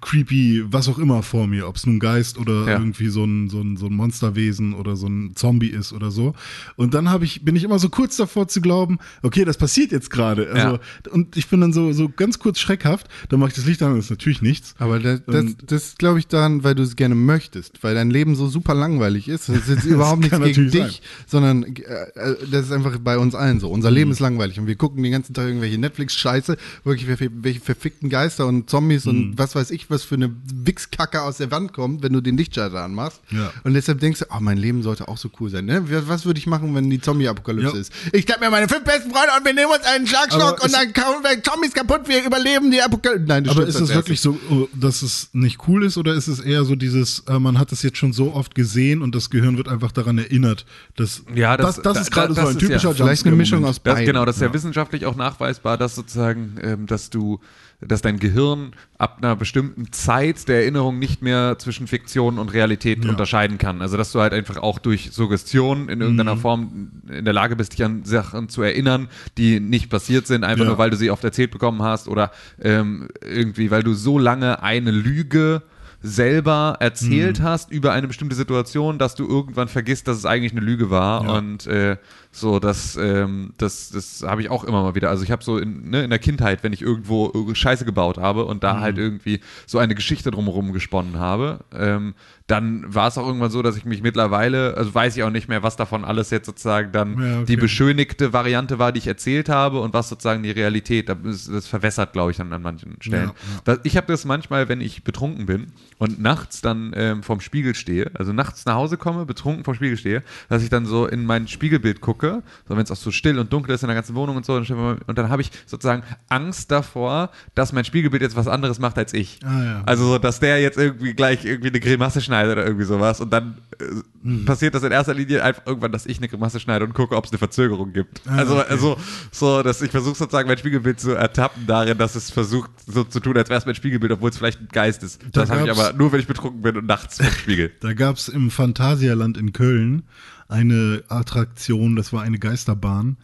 S3: creepy, was auch immer vor mir, ob es nun ein Geist oder
S2: Ja.
S3: irgendwie so ein, so, ein, so ein Monsterwesen oder so ein Zombie ist oder so. Und dann hab ich, bin ich immer so kurz davor zu glauben, okay, das passiert jetzt gerade. Also, Und ich bin dann so, so ganz kurz schreckhaft, dann mache ich das Licht an, das ist natürlich nichts.
S1: Aber das, das,
S3: Ähm,
S1: das glaube ich daran, weil du es gerne möchtest, weil dein Leben so super langweilig ist. Das ist jetzt überhaupt nichts
S3: kann
S1: gegen dich,
S3: natürlich
S1: sondern äh, äh, das ist einfach bei uns allen so. Unser
S3: Mhm.
S1: Leben ist langweilig und wir gucken den ganzen Tag irgendwelche Netflix-Scheiße, wirklich welche- welche verfickten Geister und Zombies
S3: Mhm.
S1: und was weiß ich, was für eine Wichskacke aus der Wand kommt, wenn du den Lichtschalter anmachst.
S3: Ja.
S1: Und deshalb denkst du, oh, mein Leben sollte auch so cool sein. Ne? Was- Was würde ich machen, wenn die Zombie-Apokalypse
S3: Ja.
S1: ist? Ich glaube mir meine fünf besten Freunde und wir nehmen uns einen Schlagstock
S3: Aber
S1: und
S3: es-
S1: dann kauen wir Zombies kaputt, wir überleben die Apokalypse. Nein, du
S3: Aber
S1: stirbst
S3: ist
S1: als
S3: es wirklich
S1: Erstes.
S3: so, oh, dass es nicht cool ist oder ist es eher so dieses, äh, man hat es jetzt schon so oft gesehen und das Gehirn wird einfach daran erinnert, dass
S2: Ja, das-
S3: das, das
S2: da-
S3: ist gerade
S2: da-
S3: so
S2: das
S3: ein
S2: ist ja
S3: typischer
S1: Vielleicht eine Mischung aus
S2: Das,
S1: beiden.
S2: genau, das ist ja. wissenschaftlich auch nachweisbar, dass sozusagen, ähm, dass du, dass dein Gehirn ab einer bestimmten Zeit der Erinnerung nicht mehr zwischen Fiktion und Realität unterscheiden kann. Also dass du halt einfach auch durch Suggestion in irgendeiner Form in der Lage bist, dich an Sachen zu erinnern, die nicht passiert sind, einfach
S3: Ja.
S2: nur weil du sie oft erzählt bekommen hast oder ähm, irgendwie, weil du so lange eine Lüge selber
S3: Mhm.
S2: erzählt hast über eine bestimmte Situation, dass du irgendwann vergisst, dass es eigentlich eine Lüge war und äh, so, das, ähm, das, das habe ich auch immer mal wieder. Also ich habe so in, ne, in der Kindheit, wenn ich irgendwo irgendwo Scheiße gebaut habe und
S3: Mhm.
S2: da halt irgendwie so eine Geschichte drumherum gesponnen habe, ähm, dann war es auch irgendwann so, dass ich mich mittlerweile, also weiß ich auch nicht mehr, was davon alles jetzt sozusagen dann
S3: Ja, okay.
S2: die beschönigte Variante war, die ich erzählt habe und was sozusagen die Realität, da ist- das verwässert, glaube ich, dann an manchen Stellen. Das- Ich habe das manchmal, wenn ich betrunken bin und nachts dann ähm, vorm Spiegel stehe, also nachts nach Hause komme, betrunken vorm Spiegel stehe, dass ich dann so in mein Spiegelbild gucke, so wenn es auch so still und dunkel ist in der ganzen Wohnung und so, dann stell ich mir mal- und dann habe ich sozusagen Angst davor, dass mein Spiegelbild jetzt was anderes macht als ich.
S3: Ah, ja.
S2: Also so, dass der jetzt irgendwie gleich irgendwie eine Grimasse schneidet oder irgendwie sowas und dann äh,
S3: Hm.
S2: passiert das in erster Linie einfach irgendwann, dass ich eine Grimasse schneide und gucke, ob es eine Verzögerung gibt.
S3: Ah,
S2: also also so, dass ich versuche sozusagen mein Spiegelbild zu ertappen darin, dass es versucht so zu tun, als wäre es mein Spiegelbild, obwohl es vielleicht ein Geist ist.
S3: Da
S2: das habe ich
S3: gab's-
S2: aber nur, wenn ich betrunken bin und nachts vom Spiegel.
S3: Da gab's im Phantasialand in Köln eine Attraktion, das war eine Geisterbahn,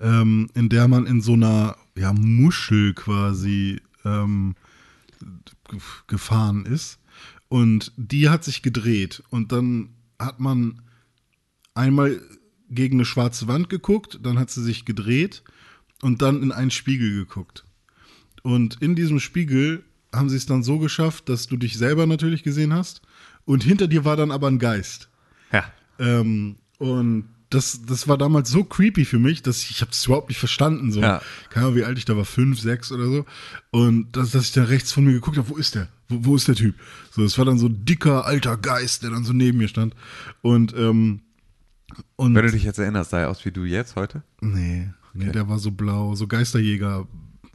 S3: ähm, in der man in so einer ja, Muschel quasi ähm, g- gefahren ist. Und die hat sich gedreht. Und dann hat man einmal gegen eine schwarze Wand geguckt, dann hat sie sich gedreht und dann in einen Spiegel geguckt. Und in diesem Spiegel haben sie es dann so geschafft, dass du dich selber natürlich gesehen hast. Und hinter dir war dann aber ein Geist.
S2: Ja.
S3: Ähm, und das, das war damals so creepy für mich, dass ich, ich habe es überhaupt nicht verstanden. So.
S2: Ja.
S3: Keine Ahnung, wie alt ich da war, fünf, sechs oder so. Und dass, dass ich dann rechts von mir geguckt habe, wo ist der? Wo, wo ist der Typ? So, es war dann so ein dicker, alter Geist, der dann so neben mir stand. Und, ähm, und
S2: Wenn du dich jetzt erinnerst, sah er aus wie du jetzt heute.
S3: nee. Nee, der war so blau, so Geisterjäger.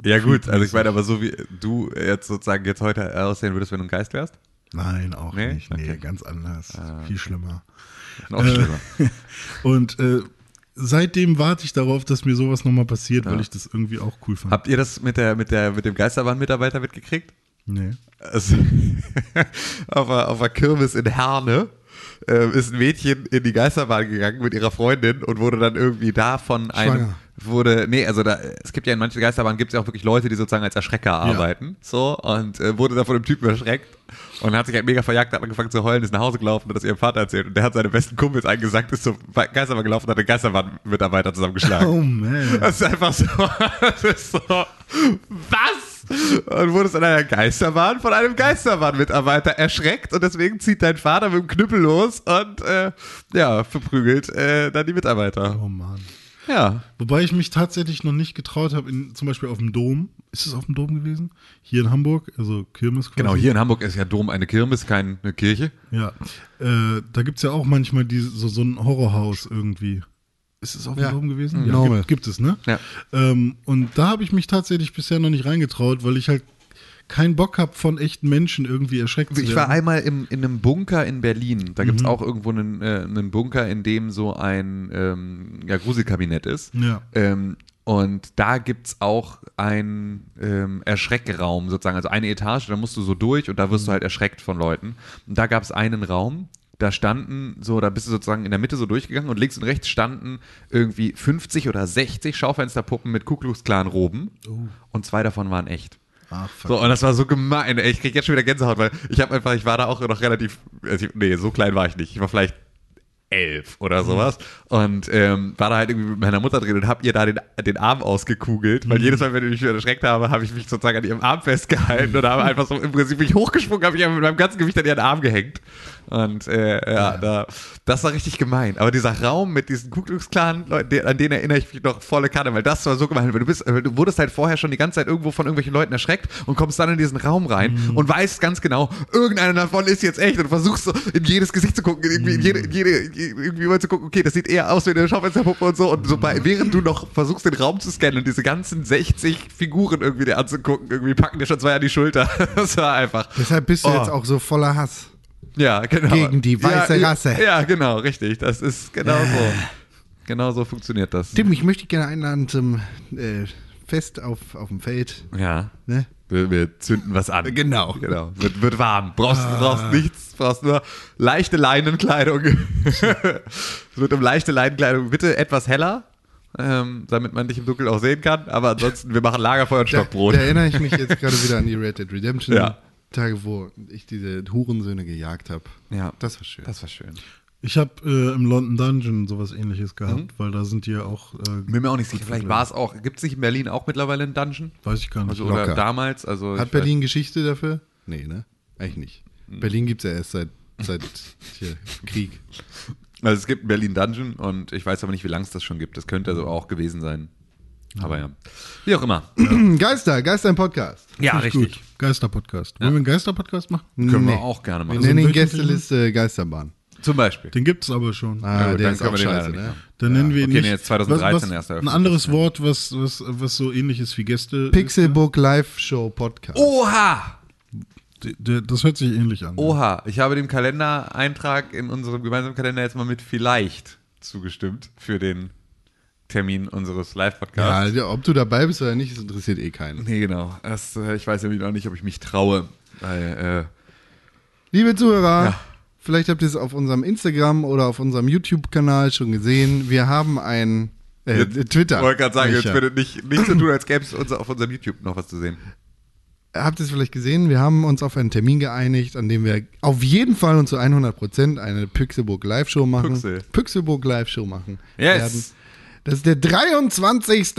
S2: Ja, gut, also ich meine, aber so wie du jetzt sozusagen jetzt heute aussehen würdest, wenn du ein Geist wärst,
S3: Nein, auch
S2: Nee?
S3: nicht. Nee,
S2: Okay. Ah,
S3: ganz anders. Viel schlimmer.
S2: ist
S3: Äh.
S2: noch schlimmer.
S3: Und äh, seitdem warte ich darauf, dass mir sowas nochmal passiert, weil ich das irgendwie auch cool fand.
S2: Habt ihr das mit, der, mit, der, mit dem Geisterbahn-Mitarbeiter mitgekriegt?
S3: nee.
S2: Also, auf, einer, auf einer Kirmes in Herne ähm, ist ein Mädchen in die Geisterbahn gegangen mit ihrer Freundin und wurde dann irgendwie da von einem
S3: Schwanger.
S2: wurde nee also da es gibt ja in manchen Geisterbahnen gibt es ja auch wirklich Leute die sozusagen als Erschrecker arbeiten so und äh, wurde da von einem Typen erschreckt und hat sich halt mega verjagt hat angefangen zu heulen ist nach Hause gelaufen und hat das ihrem Vater erzählt und der hat seine besten Kumpels eingesagt ist zum Geisterbahn gelaufen und hat den Geisterbahnmitarbeiter zusammengeschlagen
S3: Oh man.
S2: das ist einfach so. Das ist so. Was? Und wurdest an einer Geisterbahn von einem Geisterbahnmitarbeiter erschreckt und deswegen zieht dein Vater mit dem Knüppel los und äh, ja, verprügelt äh, dann die Mitarbeiter.
S3: Oh man.
S2: Ja.
S3: Wobei ich mich tatsächlich noch nicht getraut habe, in- zum Beispiel auf dem Dom. Ist es auf dem Dom gewesen? Hier in Hamburg, also Kirmes quasi.
S2: Genau, hier in Hamburg ist ja Dom eine Kirmes, keine Kirche.
S3: Ja. Äh, da gibt es ja auch manchmal die, so, so ein Horrorhaus irgendwie. Ist es auf dem Dom gewesen? Ja, gibt, gibt es, ne?
S2: Mhm. Ja.
S3: Ähm, und da habe ich mich tatsächlich bisher noch nicht reingetraut, weil ich halt keinen Bock habe, von echten Menschen irgendwie erschreckt zu
S2: Ich war
S3: werden.
S2: einmal im, in einem Bunker in Berlin. Da gibt es auch irgendwo einen, äh, einen Bunker, in dem so ein ähm, ja, Gruselkabinett ist.
S3: Ja.
S2: Ähm, und da gibt es auch einen ähm, Erschreckraum sozusagen, also eine Etage, da musst du so durch und da wirst du
S3: Mhm.
S2: halt erschreckt von Leuten. Und da gab es einen Raum, da standen so, da bist du sozusagen in der Mitte so durchgegangen und links und rechts standen irgendwie 50 oder 60 Schaufensterpuppen mit Ku Klux Klan Roben und zwei davon waren echt.
S3: Oh. Ach, fuck.
S2: So, und das war so gemein. Ey, ich krieg jetzt schon wieder Gänsehaut, weil ich habe einfach, ich war da auch noch relativ, also ich, nee, so klein war ich nicht. Ich war vielleicht elf oder sowas und ähm, war da halt irgendwie mit meiner Mutter drin und hab ihr da den, den Arm ausgekugelt, weil jedes Mal, wenn ich mich wieder erschreckt habe, habe ich mich sozusagen an ihrem Arm festgehalten und habe einfach so im Prinzip mich hochgesprungen, habe ich einfach mit meinem ganzen Gewicht an ihren Arm gehängt und äh, ja, Da, das war richtig gemein, aber dieser Raum mit diesen Ku Klux Klan, Leuten, der- an den erinnere ich mich noch volle Kanne, weil das war so gemein, weil du bist, weil du wurdest halt vorher schon die ganze Zeit irgendwo von irgendwelchen Leuten erschreckt und kommst dann in diesen Raum rein
S1: Mhm.
S2: und weißt ganz genau, irgendeiner davon ist jetzt echt und versuchst so in jedes Gesicht zu gucken, irgendwie, in jede,
S1: Mhm.
S2: in jede, irgendwie mal zu gucken, okay, das sieht eher aus wie eine Schaufensterpuppe und so und so bei, während du noch versuchst, den Raum zu scannen und diese ganzen 60 Figuren irgendwie dir anzugucken, irgendwie packen dir schon zwei an die Schulter. Das war einfach,
S1: Deshalb bist du
S2: Oh.
S1: jetzt auch so voller Hass.
S2: ja, genau.
S1: Gegen die weiße
S2: ja,
S1: Rasse. Äh.
S2: Ja, genau, richtig, das ist genau so. Genau so funktioniert das.
S1: Tim, ich möchte dich gerne einladen zum äh, Fest auf, auf dem Feld.
S2: Ja.
S1: Ne?
S2: Wir, wir zünden was an. Genau. Ah. genau. Wird, wird warm. Brauchst, brauchst nichts, brauchst nur leichte Leinenkleidung. es wird um leichte Leinenkleidung bitte etwas heller, ähm, damit man dich im Dunkeln auch sehen kann. Aber ansonsten, wir machen Lagerfeuer und
S1: Da,
S2: Stockbrot.
S1: da erinnere ich mich jetzt gerade wieder an die Red Dead Redemption
S2: Ja.
S1: Tage, wo ich diese Hurensöhne gejagt habe.
S2: Ja.
S1: Das war schön.
S2: Das war schön.
S3: Ich habe äh, im London Dungeon sowas ähnliches gehabt,
S2: Mhm.
S3: weil da sind die ja auch, äh,
S2: Bin mir auch nicht sicher. Vielleicht war es auch. Gibt es nicht in Berlin auch mittlerweile einen Dungeon?
S3: weiß ich gar nicht.
S2: Also,
S1: Locker.
S2: oder damals? Also
S1: Hat
S2: ich weiß-
S1: Berlin Geschichte dafür? Nee, ne? Eigentlich nicht.
S2: Hm.
S1: Berlin gibt es ja erst seit, seit hier, Krieg.
S2: Also es gibt einen Berlin Dungeon und ich weiß aber nicht, wie lange es das schon gibt. Das könnte also auch gewesen sein. Aber ja. Wie auch immer.
S1: Geister, Geister im Podcast.
S2: Ja,
S3: Finde ich Gut. Geisterpodcast. Wollen wir einen Geisterpodcast machen?
S2: Können wir
S1: Nee.
S2: auch gerne
S1: Wir
S2: machen.
S1: nennen ihn
S3: welchem
S1: Gästeliste Geisterbahn.
S2: Zum Beispiel.
S3: Den gibt's aber schon.
S1: Ah,
S2: gut,
S1: der
S2: dann
S1: ist
S2: können
S1: auch
S2: wir den leider
S1: scheiße,
S2: nicht
S1: ne?
S2: machen.
S3: Dann nennen wir ihn
S2: okay,
S3: nicht.
S2: nee, jetzt 2013
S3: was, was,
S2: erst
S3: Ein
S2: eröffnet,
S3: anderes Wort, was, was, was so ähnlich ist wie Gäste.
S1: Pixelbook Live Show Podcast.
S2: Oh. Oha!
S3: D- d- Das hört sich ähnlich an.
S2: Oha, ich habe dem Kalendereintrag in unserem gemeinsamen Kalender jetzt mal mit vielleicht zugestimmt für den Termin unseres Live-Podcasts.
S1: Ja, also, ob du dabei bist oder nicht, das interessiert eh keinen.
S2: Nee, genau. Das, äh, ich weiß nämlich noch nicht, ob ich mich traue. Weil,
S1: Liebe Zuhörer,
S2: Ja.
S1: vielleicht habt ihr es auf unserem Instagram oder auf unserem YouTube-Kanal schon gesehen. Wir haben ein
S2: äh,
S1: äh, Twitter.
S2: Ich wollte gerade sagen,
S1: Micha.
S2: jetzt bitte nicht, nicht so tun, als gäbe es uns auf unserem YouTube noch was zu sehen.
S1: habt ihr es vielleicht gesehen, wir haben uns auf einen Termin geeinigt, an dem wir auf jeden Fall und zu 100% eine Pixelburg Live-Show machen.
S2: Pixel.
S1: Pixelburg Live-Show machen.
S2: Yes.
S1: Das ist der 23.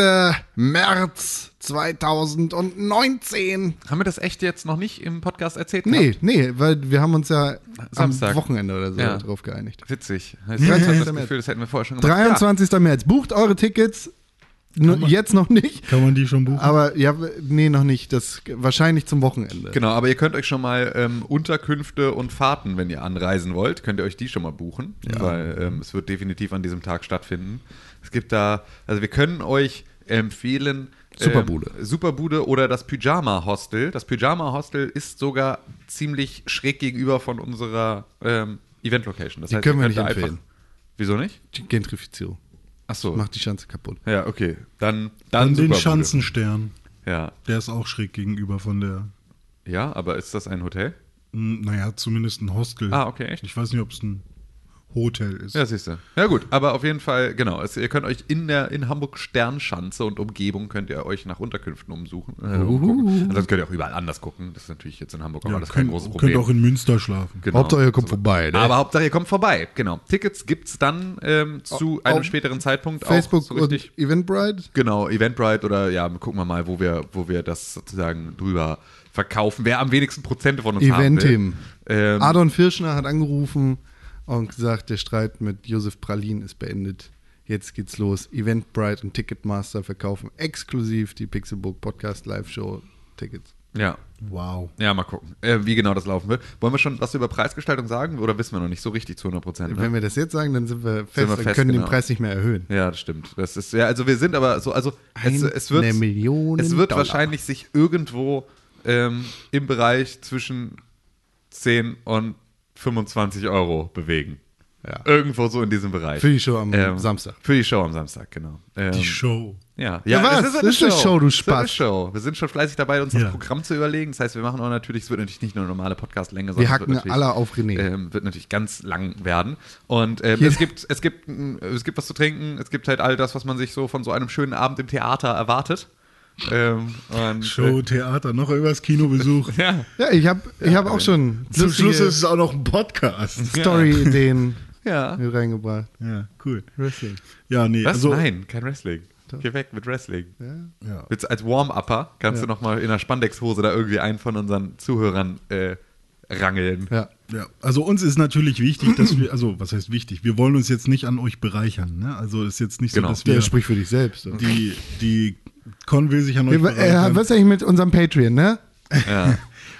S1: März 2019.
S2: Haben wir das echt jetzt noch nicht im Podcast erzählt?
S1: Nee, nee, weil wir haben uns ja
S2: Samstag.
S1: am Wochenende oder so
S2: Ja.
S1: drauf geeinigt.
S2: Witzig. Ich
S1: Ja.
S2: habe das Gefühl, das hätten wir vorher schon gemacht.
S1: 23. März. Bucht eure Tickets. Nur- jetzt noch nicht.
S3: Kann man die schon buchen?
S1: Aber ja, nee, noch nicht. Das wahrscheinlich zum Wochenende.
S2: Genau, aber ihr könnt euch schon mal ähm, Unterkünfte und Fahrten, wenn ihr anreisen wollt, könnt ihr euch die schon mal buchen, weil ähm, es wird definitiv an diesem Tag stattfinden. Es gibt da, also wir können euch empfehlen,
S1: Superbude.
S2: Ähm, Superbude oder das Pyjama Hostel. Das Pyjama Hostel ist sogar ziemlich schräg gegenüber von unserer ähm, Event Location. Das
S1: Die
S2: heißt,
S1: können
S2: ihr
S1: wir
S2: könnt
S1: nicht
S2: da
S1: empfehlen.
S2: wieso nicht?
S1: Die Gentrifizierung.
S2: Ach so.
S1: Macht die Chance kaputt.
S2: Ja, okay. Dann
S3: An
S2: dann
S3: den
S2: Superbude.
S3: Schanzenstern.
S2: Ja.
S3: Der ist auch schräg gegenüber von der.
S2: Ja, aber ist das ein Hotel?
S3: m, Naja, zumindest ein Hostel.
S2: Ah, okay, echt?
S3: Ich weiß nicht, ob es ein Hotel ist.
S2: Ja, siehst du. Ja, gut, aber auf jeden Fall, genau. Es, ihr könnt euch in der in Hamburg Sternschanze und Umgebung könnt ihr euch nach Unterkünften umsuchen. Äh, umgucken. Ansonsten könnt ihr auch überall anders gucken. Das ist natürlich jetzt in Hamburg auch alles kein
S3: könnt-
S2: großes Problem.
S3: Könnt auch in Münster schlafen.
S2: Genau.
S1: Hauptsache, ihr kommt vorbei. Ne?
S2: Aber Hauptsache, ihr kommt vorbei. Genau. Tickets gibt es dann ähm, zu einem späteren Zeitpunkt
S1: Facebook
S2: auch so
S1: und
S2: richtig.
S1: Eventbrite.
S2: Genau, Eventbrite oder ja, gucken wir mal, wo wir, wo wir das sozusagen drüber verkaufen. Wer am wenigsten Prozente von uns
S1: Eventim.
S2: haben will. Ähm,
S1: Adon Firschner hat angerufen und gesagt, der Streit mit Josef Pralin ist beendet. Jetzt geht's los. Eventbrite und Ticketmaster verkaufen exklusiv die Pixelburg Podcast Live Show Tickets.
S2: ja.
S3: Wow.
S2: Ja, mal gucken, äh, wie genau das laufen wird. Wollen wir schon was über Preisgestaltung sagen oder wissen wir noch nicht so richtig zu 100 Prozent? Ne?
S1: Wenn wir das jetzt sagen, dann sind wir fest
S2: wir
S1: und
S2: fest,
S1: können
S2: genau.
S1: den Preis nicht mehr erhöhen.
S2: Ja, das stimmt. Das ist ja, also wir sind aber so, also es,
S1: Eine
S2: es wird,
S1: Million
S2: es wird
S1: Dollar.
S2: wahrscheinlich sich irgendwo ähm, im Bereich zwischen 10 und 25 Euro bewegen.
S1: Ja.
S2: Irgendwo so in diesem Bereich.
S1: Für die Show am
S2: Ähm,
S1: Samstag.
S2: Für die Show am Samstag, genau. Ähm,
S3: Die Show.
S2: Ja,
S1: Ja, was? Das ist eine Show, du
S2: Das ist eine
S1: Spast.
S2: Show. Wir sind schon fleißig dabei, uns
S3: Ja.
S2: das Programm zu überlegen. Das heißt, wir machen auch natürlich, es wird natürlich nicht nur eine normale Podcastlänge, sondern
S1: Wir
S2: es wird
S1: hacken
S2: natürlich-
S1: alle auf René.
S2: ähm, wird natürlich ganz lang werden. Und ähm,
S1: Hier-
S2: es, gibt, es, gibt, mm, es gibt was zu trinken, es gibt halt all das, was man sich so von so einem schönen Abend im Theater erwartet. Ähm, und,
S3: Show, Theater, noch irgendwas, Kinobesuch.
S2: Äh, ja,
S1: Ja, ich habe ich hab auch schon
S3: Zum
S1: lustige
S3: Schluss ist es auch noch ein Podcast.
S1: Story-Ideen
S2: ja.
S1: hier reingebracht.
S3: Ja, cool.
S1: Wrestling.
S3: Ja, nee,
S2: Was?
S3: also
S2: Nein, kein Wrestling. Geh weg mit Wrestling.
S3: Ja.
S2: Willst, als Warm-Upper kannst du nochmal in einer Spandex-Hose da irgendwie einen von unseren Zuhörern äh, rangeln.
S1: Ja.
S3: Ja, also uns ist natürlich wichtig, dass wir, also was heißt wichtig? Wir wollen uns jetzt nicht an euch bereichern. Ne? Also ist jetzt nicht
S2: Genau.
S3: so, dass
S1: Ja,
S3: wir
S1: sprich für dich selbst. so.
S3: die, die Con will sich an euch
S1: Wir- äh,
S3: bereichern.
S1: was ist eigentlich mit unserem Patreon, ne?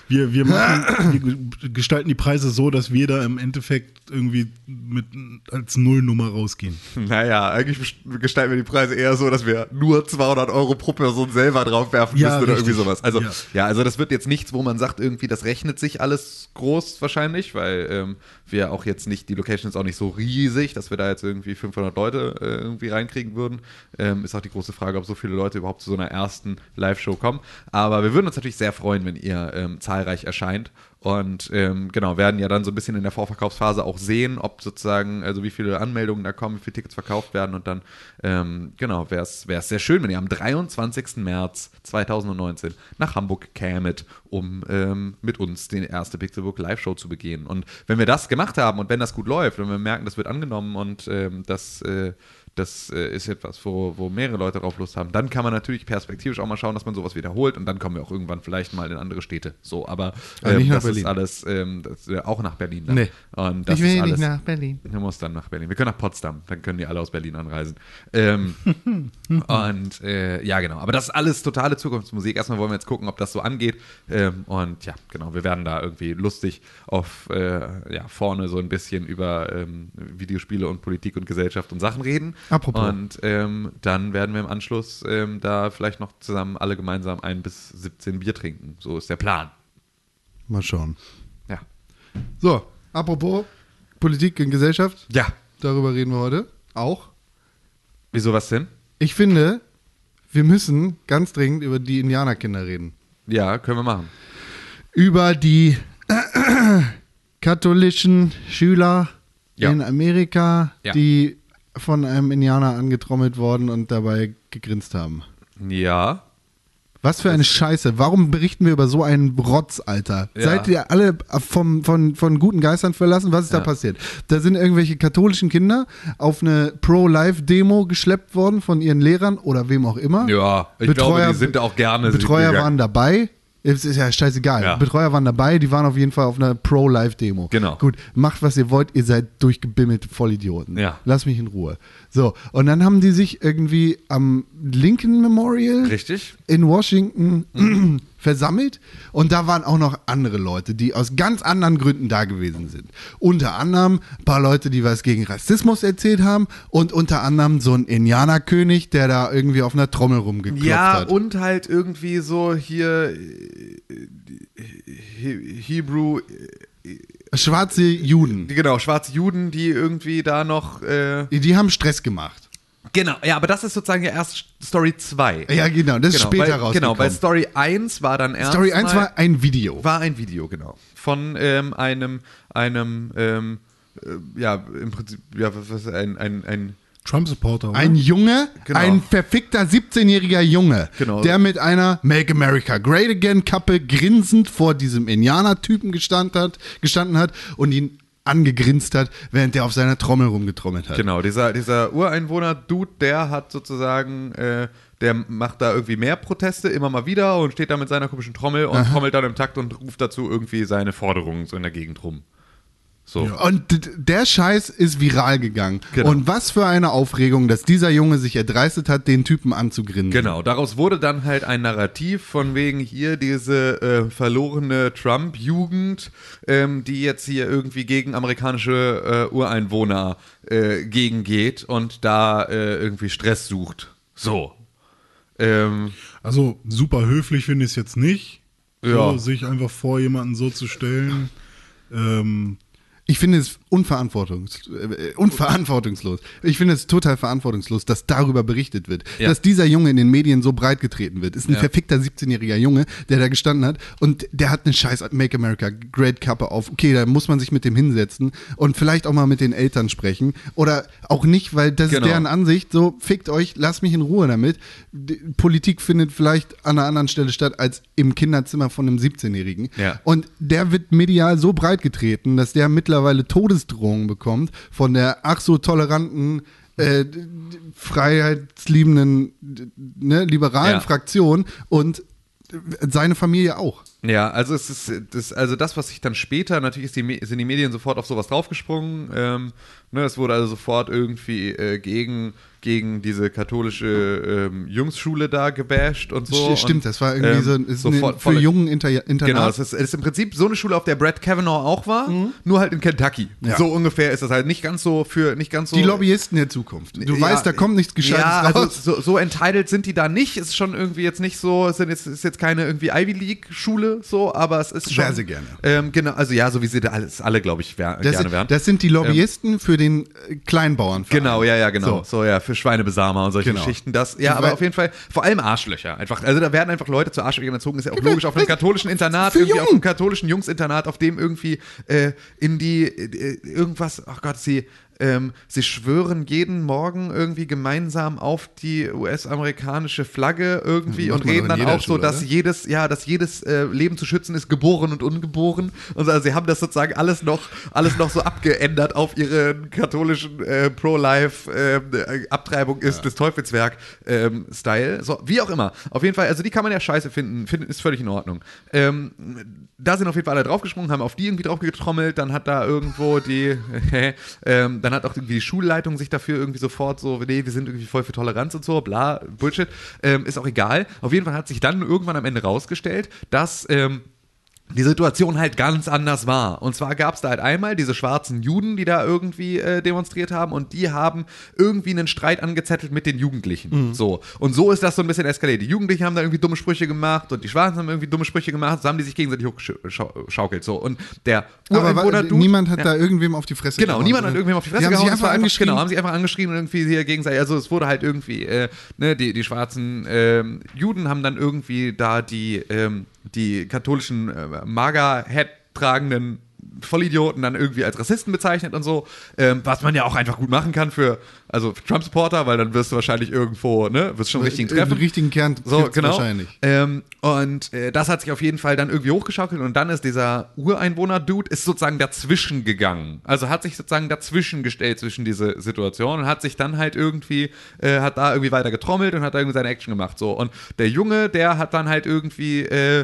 S3: Wir, wir, machen, wir gestalten die Preise so, dass wir da im Endeffekt irgendwie mit als Nullnummer rausgehen.
S2: Naja, eigentlich best- gestalten wir die Preise eher so, dass wir nur 200 Euro pro Person selber draufwerfen
S3: Ja,
S2: müssen oder
S3: richtig.
S2: irgendwie sowas. Also ja.
S3: Ja.
S2: also das wird jetzt nichts, wo man sagt, irgendwie das rechnet sich alles groß wahrscheinlich, weil ähm, wir auch jetzt nicht, die Location ist auch nicht so riesig, dass wir da jetzt irgendwie 500 Leute äh, irgendwie reinkriegen würden. Ähm, ist auch die große Frage, ob so viele Leute überhaupt zu so einer ersten Live-Show kommen. Aber wir würden uns natürlich sehr freuen, wenn ihr ähm, zahlreich erscheint. Und ähm, genau, werden ja dann so ein bisschen in der Vorverkaufsphase auch sehen, ob sozusagen, also wie viele Anmeldungen da kommen, wie viele Tickets verkauft werden. Und dann, ähm, genau, wäre es sehr schön, wenn ihr am 23. März 2019 nach Hamburg kämet, um ähm, mit uns die erste Pixelburg Live-Show zu begehen. Und wenn wir das gemacht haben und wenn das gut läuft und wir merken, das wird angenommen und ähm, das, äh, das äh, ist etwas, wo, wo mehrere Leute drauf Lust haben, dann kann man natürlich perspektivisch auch mal schauen, dass man sowas wiederholt und dann kommen wir auch irgendwann vielleicht mal in andere Städte. So, aber
S1: Aber
S2: ähm,
S1: nicht nach
S2: das
S1: Berlin.
S2: ist alles, ähm, das, äh, auch nach Berlin. Dann.
S1: Nee.
S2: Und das
S1: ich will
S2: ist alles,
S1: nicht nach Berlin.
S2: Du musst dann nach Berlin. Wir können nach Potsdam, dann können die alle aus Berlin anreisen. Ähm, und äh, ja, genau. Aber das ist alles totale Zukunftsmusik. Erstmal wollen wir jetzt gucken, ob das so angeht. Ähm, und ja, genau, wir werden da irgendwie lustig auf äh, ja, vorne so ein bisschen über ähm, Videospiele und Politik und Gesellschaft und Sachen reden.
S1: Apropos.
S2: Und ähm, dann werden wir im Anschluss ähm, da vielleicht noch zusammen alle gemeinsam ein bis 17 Bier trinken. So ist der Plan.
S1: Mal schauen.
S2: Ja.
S1: So, apropos Politik und Gesellschaft,
S2: Ja.
S1: darüber reden wir heute auch.
S2: Wieso was denn?
S1: Ich finde, wir müssen ganz dringend über die Indianerkinder reden.
S2: Ja, können wir machen.
S1: Über die katholischen Schüler
S2: Ja.
S1: in Amerika,
S2: Ja.
S1: die von einem Indianer angetrommelt wurden und dabei gegrinst haben.
S2: Ja.
S1: Was für eine Scheiße. Warum berichten wir über so einen Rotz, Alter?
S2: Ja.
S1: Seid ihr alle vom, von, von guten Geistern verlassen? Was ist
S2: Ja.
S1: da passiert? Da sind irgendwelche katholischen Kinder auf eine Pro-Life-Demo geschleppt worden von ihren Lehrern oder wem auch immer.
S2: Ja, ich glaube, die sind auch gerne.
S1: Betreuer
S2: gegangen.
S1: waren dabei. Es ist ja scheißegal.
S2: Ja.
S1: Betreuer waren dabei, die waren auf jeden Fall auf einer Pro-Life-Demo.
S2: Genau.
S1: Gut, macht was ihr wollt, ihr seid durchgebimmelte Vollidioten.
S2: Ja.
S1: Lass mich in Ruhe. So, und dann haben die sich irgendwie am Lincoln Memorial
S2: Richtig?
S1: in Washington versammelt und da waren auch noch andere Leute, die aus ganz anderen Gründen da gewesen sind. Unter anderem ein paar Leute, die was gegen Rassismus erzählt haben und unter anderem so ein Indianerkönig, der da irgendwie auf einer Trommel rumgeklopft
S2: Ja,
S1: hat.
S2: und halt irgendwie so hier äh, He- Hebrew,
S1: Schwarze Juden,
S2: genau, schwarze Juden, die irgendwie da noch. Äh,
S1: die, die haben Stress gemacht.
S2: genau, ja, aber das ist sozusagen ja erst Story 2.
S1: Ja, genau, das ist
S2: genau,
S1: später
S2: weil, Genau, weil
S1: rausgekommen.
S2: Story 1 war dann erst.
S1: Story 1
S2: mal-
S1: war ein Video.
S2: War ein Video, genau. Von ähm, einem, einem, ähm, äh, ja, im Prinzip, ja, was, was ein, ein, ein,
S3: Trump-Supporter. oder?
S1: Ein Junge,
S2: Mhm. Genau.
S1: ein verfickter 17-jähriger Junge,
S2: Genau.
S1: der mit einer Make America Great Again Kappe grinsend vor diesem Indianer-Typen gestanden hat, gestanden hat und ihn angegrinst hat, während der auf seiner Trommel rumgetrommelt hat.
S2: genau, dieser, dieser Ureinwohner-Dude, der hat sozusagen, äh, der macht da irgendwie mehr Proteste immer mal wieder und steht da mit seiner komischen Trommel und trommelt dann im Takt und ruft dazu irgendwie seine Forderungen so in der Gegend rum. So.
S1: Und d- der Scheiß ist viral gegangen.
S2: Genau.
S1: Und was für eine Aufregung, dass dieser Junge sich erdreistet hat, den Typen anzugrinsen.
S2: Genau, daraus wurde dann halt ein Narrativ von wegen hier diese äh, verlorene Trump-Jugend, ähm, die jetzt hier irgendwie gegen amerikanische äh, Ureinwohner äh, gegengeht und da äh, irgendwie Stress sucht. So. Ähm,
S3: Also super höflich finde ich es jetzt nicht.
S2: Ja.
S3: So, sich einfach vor jemanden so zu stellen. Ähm,
S1: Ich finde es unverantwortungs äh, unverantwortungslos. Ich finde es total verantwortungslos, dass darüber berichtet wird.
S2: Ja.
S1: Dass dieser Junge in den Medien so breit getreten wird. Ist ein
S2: Ja.
S1: verfickter 17-jähriger Junge, der da gestanden hat und der hat eine scheiß Make America Great Kappe auf. Okay, da muss man sich mit dem hinsetzen und vielleicht auch mal mit den Eltern sprechen. Oder auch nicht, weil das
S2: Genau.
S1: ist deren Ansicht. So, fickt euch, lasst mich in Ruhe damit. Die Politik findet vielleicht an einer anderen Stelle statt als im Kinderzimmer von einem 17-Jährigen.
S2: Ja.
S1: Und der wird medial so breit getreten, dass der mittlerweile Todesdrohungen bekommt von der ach so toleranten, äh, d- d- freiheitsliebenden, d- ne, liberalen
S2: Ja.
S1: Fraktion und seine Familie auch.
S2: Ja, also es ist das, also das, was sich dann später, natürlich ist die, Me- sind die Medien sofort auf sowas draufgesprungen. Ähm, ne, es wurde also sofort irgendwie äh, gegen, gegen diese katholische ähm, Jungsschule da gebasht und so.
S1: St- Stimmt,
S2: und,
S1: das war irgendwie
S2: ähm,
S1: so ein, ist
S2: sofort
S1: ein, für
S2: volle-
S1: jungen Inter Internat.
S2: Genau, es ist, es ist im Prinzip so eine Schule, auf der Brad Kavanaugh auch war, nur halt in Kentucky.
S1: Mhm. Ja.
S2: So ungefähr ist das halt nicht ganz so für nicht ganz so.
S1: die Lobbyisten der Zukunft. Du
S2: Ja,
S1: weißt, da kommt nichts Gescheites
S2: ja,
S1: raus.
S2: Also so, so entitled sind die da nicht. Ist schon irgendwie jetzt nicht so, es sind jetzt, ist jetzt keine irgendwie Ivy League-Schule so, aber es ist schon.
S1: Wär sie gerne.
S2: Ähm, genau, also ja, so wie sie da alles, alle, glaube ich, wär,
S1: das,
S2: gerne Ähm, wären.
S1: sind, das sind die Lobbyisten für den äh, Kleinbauern.
S2: Genau, ja, ja, genau. So, ja, für Schweinebesamer und solche
S1: Genau.
S2: Geschichten. Das, ja, aber
S1: Weil-
S2: auf jeden Fall, vor allem Arschlöcher. Einfach, also da werden einfach Leute zu Arschlöchern erzogen. Ist ja auch logisch auf einem katholischen Internat,
S1: für
S2: irgendwie auf
S1: Jungen.
S2: einem katholischen Jungsinternat, auf dem irgendwie äh, in die äh, irgendwas, ach Gott, sie. Ähm, sie schwören jeden Morgen irgendwie gemeinsam auf die US-amerikanische Flagge irgendwie
S1: macht
S2: und
S1: man
S2: reden
S1: doch in
S2: dann
S1: jeder
S2: auch so,
S1: Schule, ne?
S2: dass
S1: oder?
S2: jedes, ja, dass jedes äh, Leben zu schützen ist, geboren und ungeboren. Und also sie haben das sozusagen alles noch, alles noch so abgeändert auf ihren katholischen äh, Pro-Life ähm, äh, Abtreibung ist des Teufelswerk ähm, Style. So, wie auch immer. Auf jeden Fall, also die kann man ja scheiße finden, finden ist völlig in Ordnung. Ähm, da sind auf jeden Fall alle draufgesprungen, haben auf die irgendwie draufgetrommelt, dann hat da irgendwo die, ähm, dann hat auch irgendwie die Schulleitung sich dafür irgendwie sofort so, nee, wir sind irgendwie voll für Toleranz und so, bla, Bullshit, ähm, ist auch egal. Auf jeden Fall hat sich dann irgendwann am Ende rausgestellt, dass ähm, die Situation halt ganz anders war. Und zwar gab es da halt einmal diese schwarzen Juden, die da irgendwie äh, demonstriert haben und die haben irgendwie einen Streit angezettelt mit den
S1: Mhm.
S2: Jugendlichen. So. Und so ist das so ein bisschen eskaliert. Die Jugendlichen haben da irgendwie dumme Sprüche gemacht und die Schwarzen haben irgendwie dumme Sprüche gemacht, so haben die sich gegenseitig hochgeschaukelt. So. Und der
S1: Aber wa-
S2: Ureinwohner-Dude-
S1: niemand hat da irgendwem auf die Fresse
S2: Genau,
S1: gehauen. ne?
S2: niemand hat irgendwem auf die Fresse
S1: die haben
S2: gehauen.
S1: Sich
S2: es war
S1: einfach angeschrieben.
S2: Genau, haben sich einfach angeschrieben und irgendwie hier gegenseitig. Also es wurde halt irgendwie, äh, ne, die, die schwarzen ähm, Juden haben dann irgendwie da die, ähm, die katholischen äh, Mager-Head tragenden Vollidioten dann irgendwie als Rassisten bezeichnet und so, ähm, was man ja auch einfach gut machen kann für, also für Trump-Supporter, weil dann wirst du wahrscheinlich irgendwo, ne, wirst schon einen richtigen
S1: Äh, den
S2: treffen.
S1: richtigen Kern
S2: so,
S1: trifft's
S2: genau.
S1: wahrscheinlich.
S2: Ähm, und äh, das hat sich auf jeden Fall dann irgendwie hochgeschaukelt und dann ist dieser Ureinwohner-Dude ist sozusagen dazwischen gegangen. Also hat sich sozusagen dazwischen gestellt zwischen diese Situation und hat sich dann halt irgendwie, äh, hat da irgendwie weiter getrommelt und hat da irgendwie seine Action gemacht. So. Und der Junge, der hat dann halt irgendwie äh,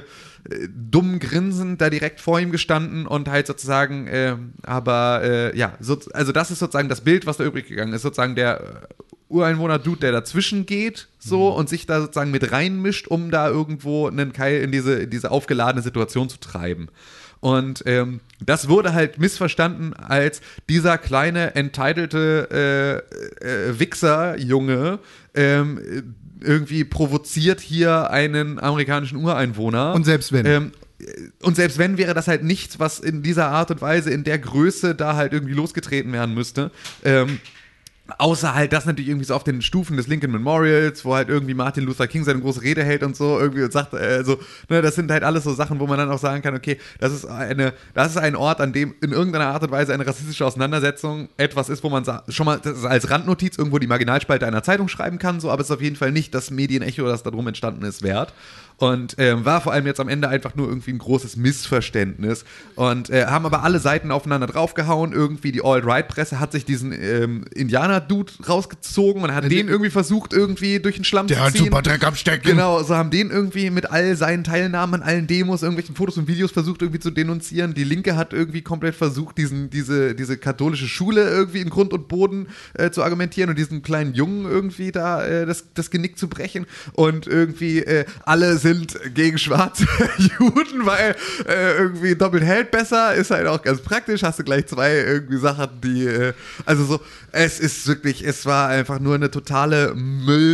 S2: äh, dumm grinsend da direkt vor ihm gestanden und halt ähm, sozusagen, äh, aber äh, ja, so, also das ist sozusagen das Bild, was da übrig gegangen ist, sozusagen der Ureinwohner-Dude, der dazwischen geht, so und sich da sozusagen mit reinmischt, um da irgendwo einen Keil in diese, in diese aufgeladene Situation zu treiben. Und ähm, das wurde halt missverstanden als dieser kleine, entitlelte äh, äh, Wichser-Junge ähm, irgendwie provoziert hier einen amerikanischen Ureinwohner.
S1: Und selbst wenn.
S2: Ähm, und selbst wenn, wäre das halt nichts, was in dieser Art und Weise, in der Größe da halt irgendwie losgetreten werden müsste. Ähm, Außer halt das natürlich irgendwie so auf den Stufen des Lincoln Memorials, wo halt irgendwie Martin Luther King seine große Rede hält und so irgendwie und sagt, äh, so, ne, das sind halt alles so Sachen, wo man dann auch sagen kann, okay, das ist eine, das ist ein Ort, an dem in irgendeiner Art und Weise eine rassistische Auseinandersetzung etwas ist, wo man sa- schon mal das ist als Randnotiz irgendwo die Marginalspalte einer Zeitung schreiben kann, so, aber es ist auf jeden Fall nicht das Medienecho, das darum entstanden ist, wert. Und ähm, war vor allem jetzt am Ende einfach nur irgendwie ein großes Missverständnis. Und äh, haben aber alle Seiten aufeinander draufgehauen. Irgendwie die All-Right-Presse hat sich diesen ähm, Indianer-Dude rausgezogen und hat den irgendwie versucht, irgendwie durch den Schlamm
S1: Der
S2: zu
S1: hat
S2: ziehen.
S1: super Dreck am Stecken.
S2: Genau, so haben den irgendwie mit all seinen Teilnahmen an allen Demos, irgendwelchen Fotos und Videos versucht irgendwie zu denunzieren. Die Linke hat irgendwie komplett versucht, diesen, diese, diese katholische Schule irgendwie in Grund und Boden äh, zu argumentieren und diesen kleinen Jungen irgendwie da äh, das, das Genick zu brechen. Und irgendwie äh, alle sind gegen schwarze Juden, weil äh, irgendwie doppelt hält besser, ist halt auch ganz praktisch, hast du gleich zwei irgendwie Sachen, die, äh, also so, es ist wirklich, es war einfach nur eine totale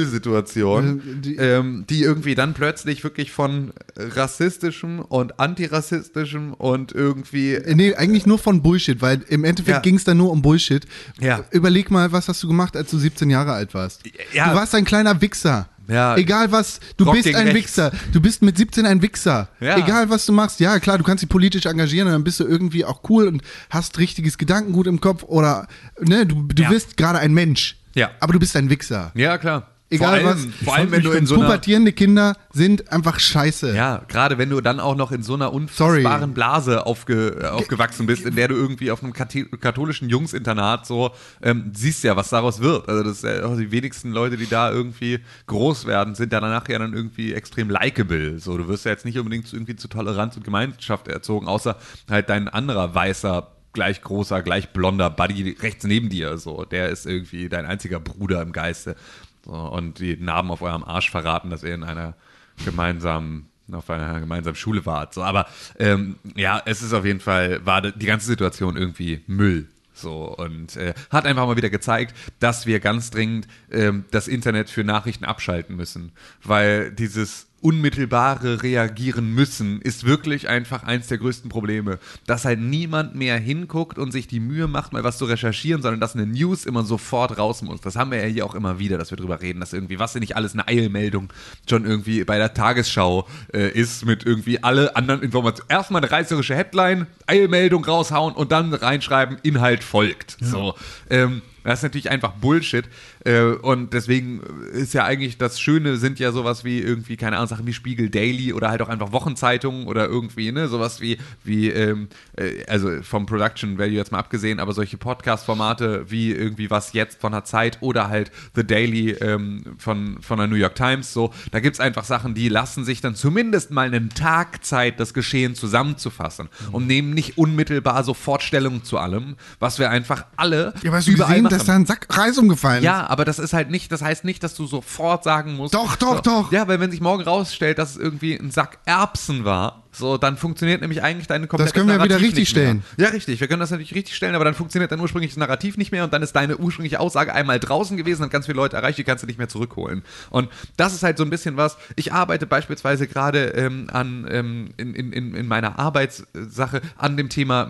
S2: Müllsituation
S1: Die-
S2: ähm, die irgendwie dann plötzlich wirklich von rassistischem und antirassistischem und irgendwie.
S1: Nee, eigentlich nur von Bullshit, weil im Endeffekt
S2: Ja.
S1: ging es da nur um Bullshit.
S2: Ja.
S1: Überleg mal, was hast du gemacht, als du 17 Jahre alt warst?
S2: Ja.
S1: Du warst ein kleiner Wichser.
S2: Ja.
S1: Egal was, du
S2: Rock
S1: bist
S2: gegen
S1: ein
S2: rechts.
S1: Wichser. Du bist mit 17 ein Wichser.
S2: Ja.
S1: Egal was du machst. Ja, klar, du kannst dich politisch engagieren und dann bist du irgendwie auch cool und hast richtiges Gedankengut im Kopf oder, ne, du, du
S2: Ja.
S1: bist gerade ein Mensch.
S2: Ja.
S1: Aber du bist ein Wichser.
S2: Ja, klar.
S1: Egal
S2: vor allem,
S1: was.
S2: Vor allem, wenn du in so einer.
S1: Pubertierende Kinder sind einfach scheiße.
S2: Ja, gerade wenn du dann auch noch in so einer unfassbaren Blase aufge, äh, aufgewachsen bist, in der du irgendwie auf einem Kathe- katholischen Jungsinternat so ähm, siehst ja, was daraus wird. Also das äh, die wenigsten Leute, die da irgendwie groß werden, sind ja danach ja dann irgendwie extrem likable. So, du wirst ja jetzt nicht unbedingt zu, irgendwie zu Toleranz und Gemeinschaft erzogen, außer halt dein anderer weißer gleich großer, gleich blonder Buddy rechts neben dir. So, der ist irgendwie dein einziger Bruder im Geiste. So, und die Narben auf eurem Arsch verraten, dass ihr in einer gemeinsamen auf einer gemeinsamen Schule wart. So, aber ähm, ja, es ist auf jeden Fall, war die ganze Situation irgendwie Müll. So, und äh, hat einfach mal wieder gezeigt, dass wir ganz dringend ähm, das Internet für Nachrichten abschalten müssen. Weil dieses unmittelbare Reagieren müssen ist wirklich einfach eins der größten Probleme. Dass halt niemand mehr hinguckt und sich die Mühe macht, mal was zu recherchieren, sondern dass eine News immer sofort raus muss. Das haben wir ja hier auch immer wieder, dass wir drüber reden, dass irgendwie, was denn nicht alles eine Eilmeldung schon irgendwie bei der Tagesschau äh, ist, mit irgendwie alle anderen Informationen. Erstmal eine reißerische Headline, Eilmeldung raushauen und dann reinschreiben, Inhalt folgt. So. Ähm, das ist natürlich einfach Bullshit. Äh, und deswegen ist ja eigentlich das Schöne, sind ja sowas wie irgendwie, keine Ahnung, Sachen wie Spiegel Daily oder halt auch einfach Wochenzeitungen oder irgendwie, ne, sowas wie, wie ähm, äh, also vom Production Value jetzt mal abgesehen, aber solche Podcast-Formate wie irgendwie was jetzt von der Zeit oder halt The Daily ähm, von, von der New York Times, so, da gibt es einfach Sachen, die lassen sich dann zumindest mal einen Tag Zeit, das Geschehen zusammenzufassen und nehmen nicht unmittelbar sofort Stellung zu allem, was wir einfach alle
S1: Ja, aber hast du gesehen, dass da ein Sack Reis umgefallen ist?
S2: ja, aber das ist halt nicht, das heißt nicht, dass du sofort sagen musst.
S1: Doch, doch,
S2: so,
S1: doch.
S2: Ja, weil wenn sich morgen rausstellt, dass es irgendwie ein Sack Erbsen war, so, dann funktioniert nämlich eigentlich deine komplette
S1: Das können wir
S2: Narrativ
S1: wieder richtig
S2: nicht mehr.
S1: stellen.
S2: Ja, richtig. Wir können das natürlich richtig stellen, aber dann funktioniert dein ursprüngliches Narrativ nicht mehr und dann ist deine ursprüngliche Aussage einmal draußen gewesen und ganz viele Leute erreicht, die kannst du nicht mehr zurückholen. Und das ist halt so ein bisschen was. Ich arbeite beispielsweise gerade ähm, an, ähm, in, in, in in meiner Arbeitssache an dem Thema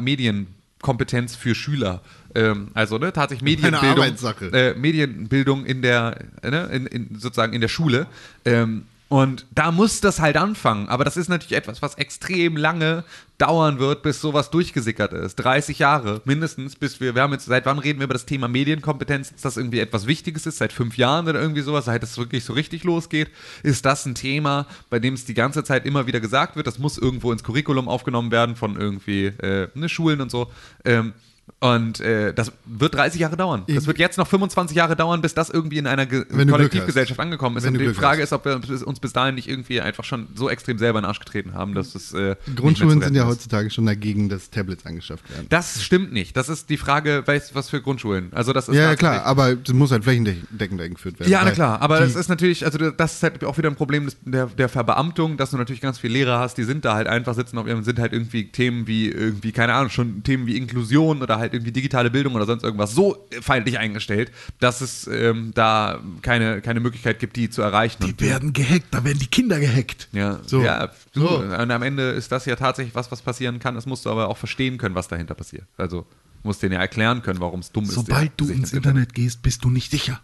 S2: Medienkompetenz für Schüler. Ähm, also, ne, tatsächlich Medienbildung.
S1: Arbeitssache.
S2: Äh, Medienbildung in der, äh, ne, in, in, sozusagen in der Schule. Ähm, und da muss das halt anfangen. Aber das ist natürlich etwas, was extrem lange dauern wird, bis sowas durchgesickert ist. 30 Jahre mindestens, bis wir, wir haben jetzt, seit wann reden wir über das Thema Medienkompetenz, dass das irgendwie etwas Wichtiges ist, seit fünf Jahren oder irgendwie sowas, seit es wirklich so richtig losgeht, ist das ein Thema, bei dem es die ganze Zeit immer wieder gesagt wird, das muss irgendwo ins Curriculum aufgenommen werden von irgendwie äh, ne, Schulen und so. Ähm, Und äh, das wird 30 Jahre dauern. Das wird jetzt noch 25 Jahre dauern, bis das irgendwie in einer Ge
S1: Wenn du
S2: Kollektivgesellschaft
S1: Glück hast.
S2: angekommen ist.
S1: Wenn
S2: und
S1: du
S2: die
S1: Glück
S2: Frage ist, ob wir uns- uns bis dahin nicht irgendwie einfach schon so extrem selber in den Arsch getreten haben, dass es. Äh, nicht mehr
S1: Grundschulen
S2: zu
S1: sind ja
S2: retten ist.
S1: heutzutage schon dagegen, dass Tablets angeschafft werden.
S2: Das stimmt nicht. Das ist die Frage, was, was für Grundschulen. Also das ist
S1: Ja, ja,
S2: tatsächlich-
S1: klar, aber es muss halt flächendeckend eingeführt werden.
S2: Ja, na
S1: weil
S2: klar, aber
S1: die-
S2: das ist natürlich, also das ist halt auch wieder ein Problem des, der, der Verbeamtung, dass du natürlich ganz viele Lehrer hast, die sind da halt einfach sitzen auf ihrem, sind halt irgendwie Themen wie irgendwie, keine Ahnung, schon Themen wie Inklusion oder halt irgendwie digitale Bildung oder sonst irgendwas so feindlich eingestellt, dass es ähm, da keine, keine Möglichkeit gibt, die zu erreichen.
S3: Die werden gehackt, da werden die Kinder gehackt.
S2: ja,
S1: So.
S2: ja du,
S1: So.
S2: und am Ende ist das ja tatsächlich was, was passieren kann. Das musst du aber auch verstehen können, was dahinter passiert. Also musst denen ja erklären können, warum es dumm ist.
S3: Sobald
S2: ja,
S3: du
S2: sich
S3: ins
S2: das Internet-
S3: Internet gehst, bist du nicht sicher.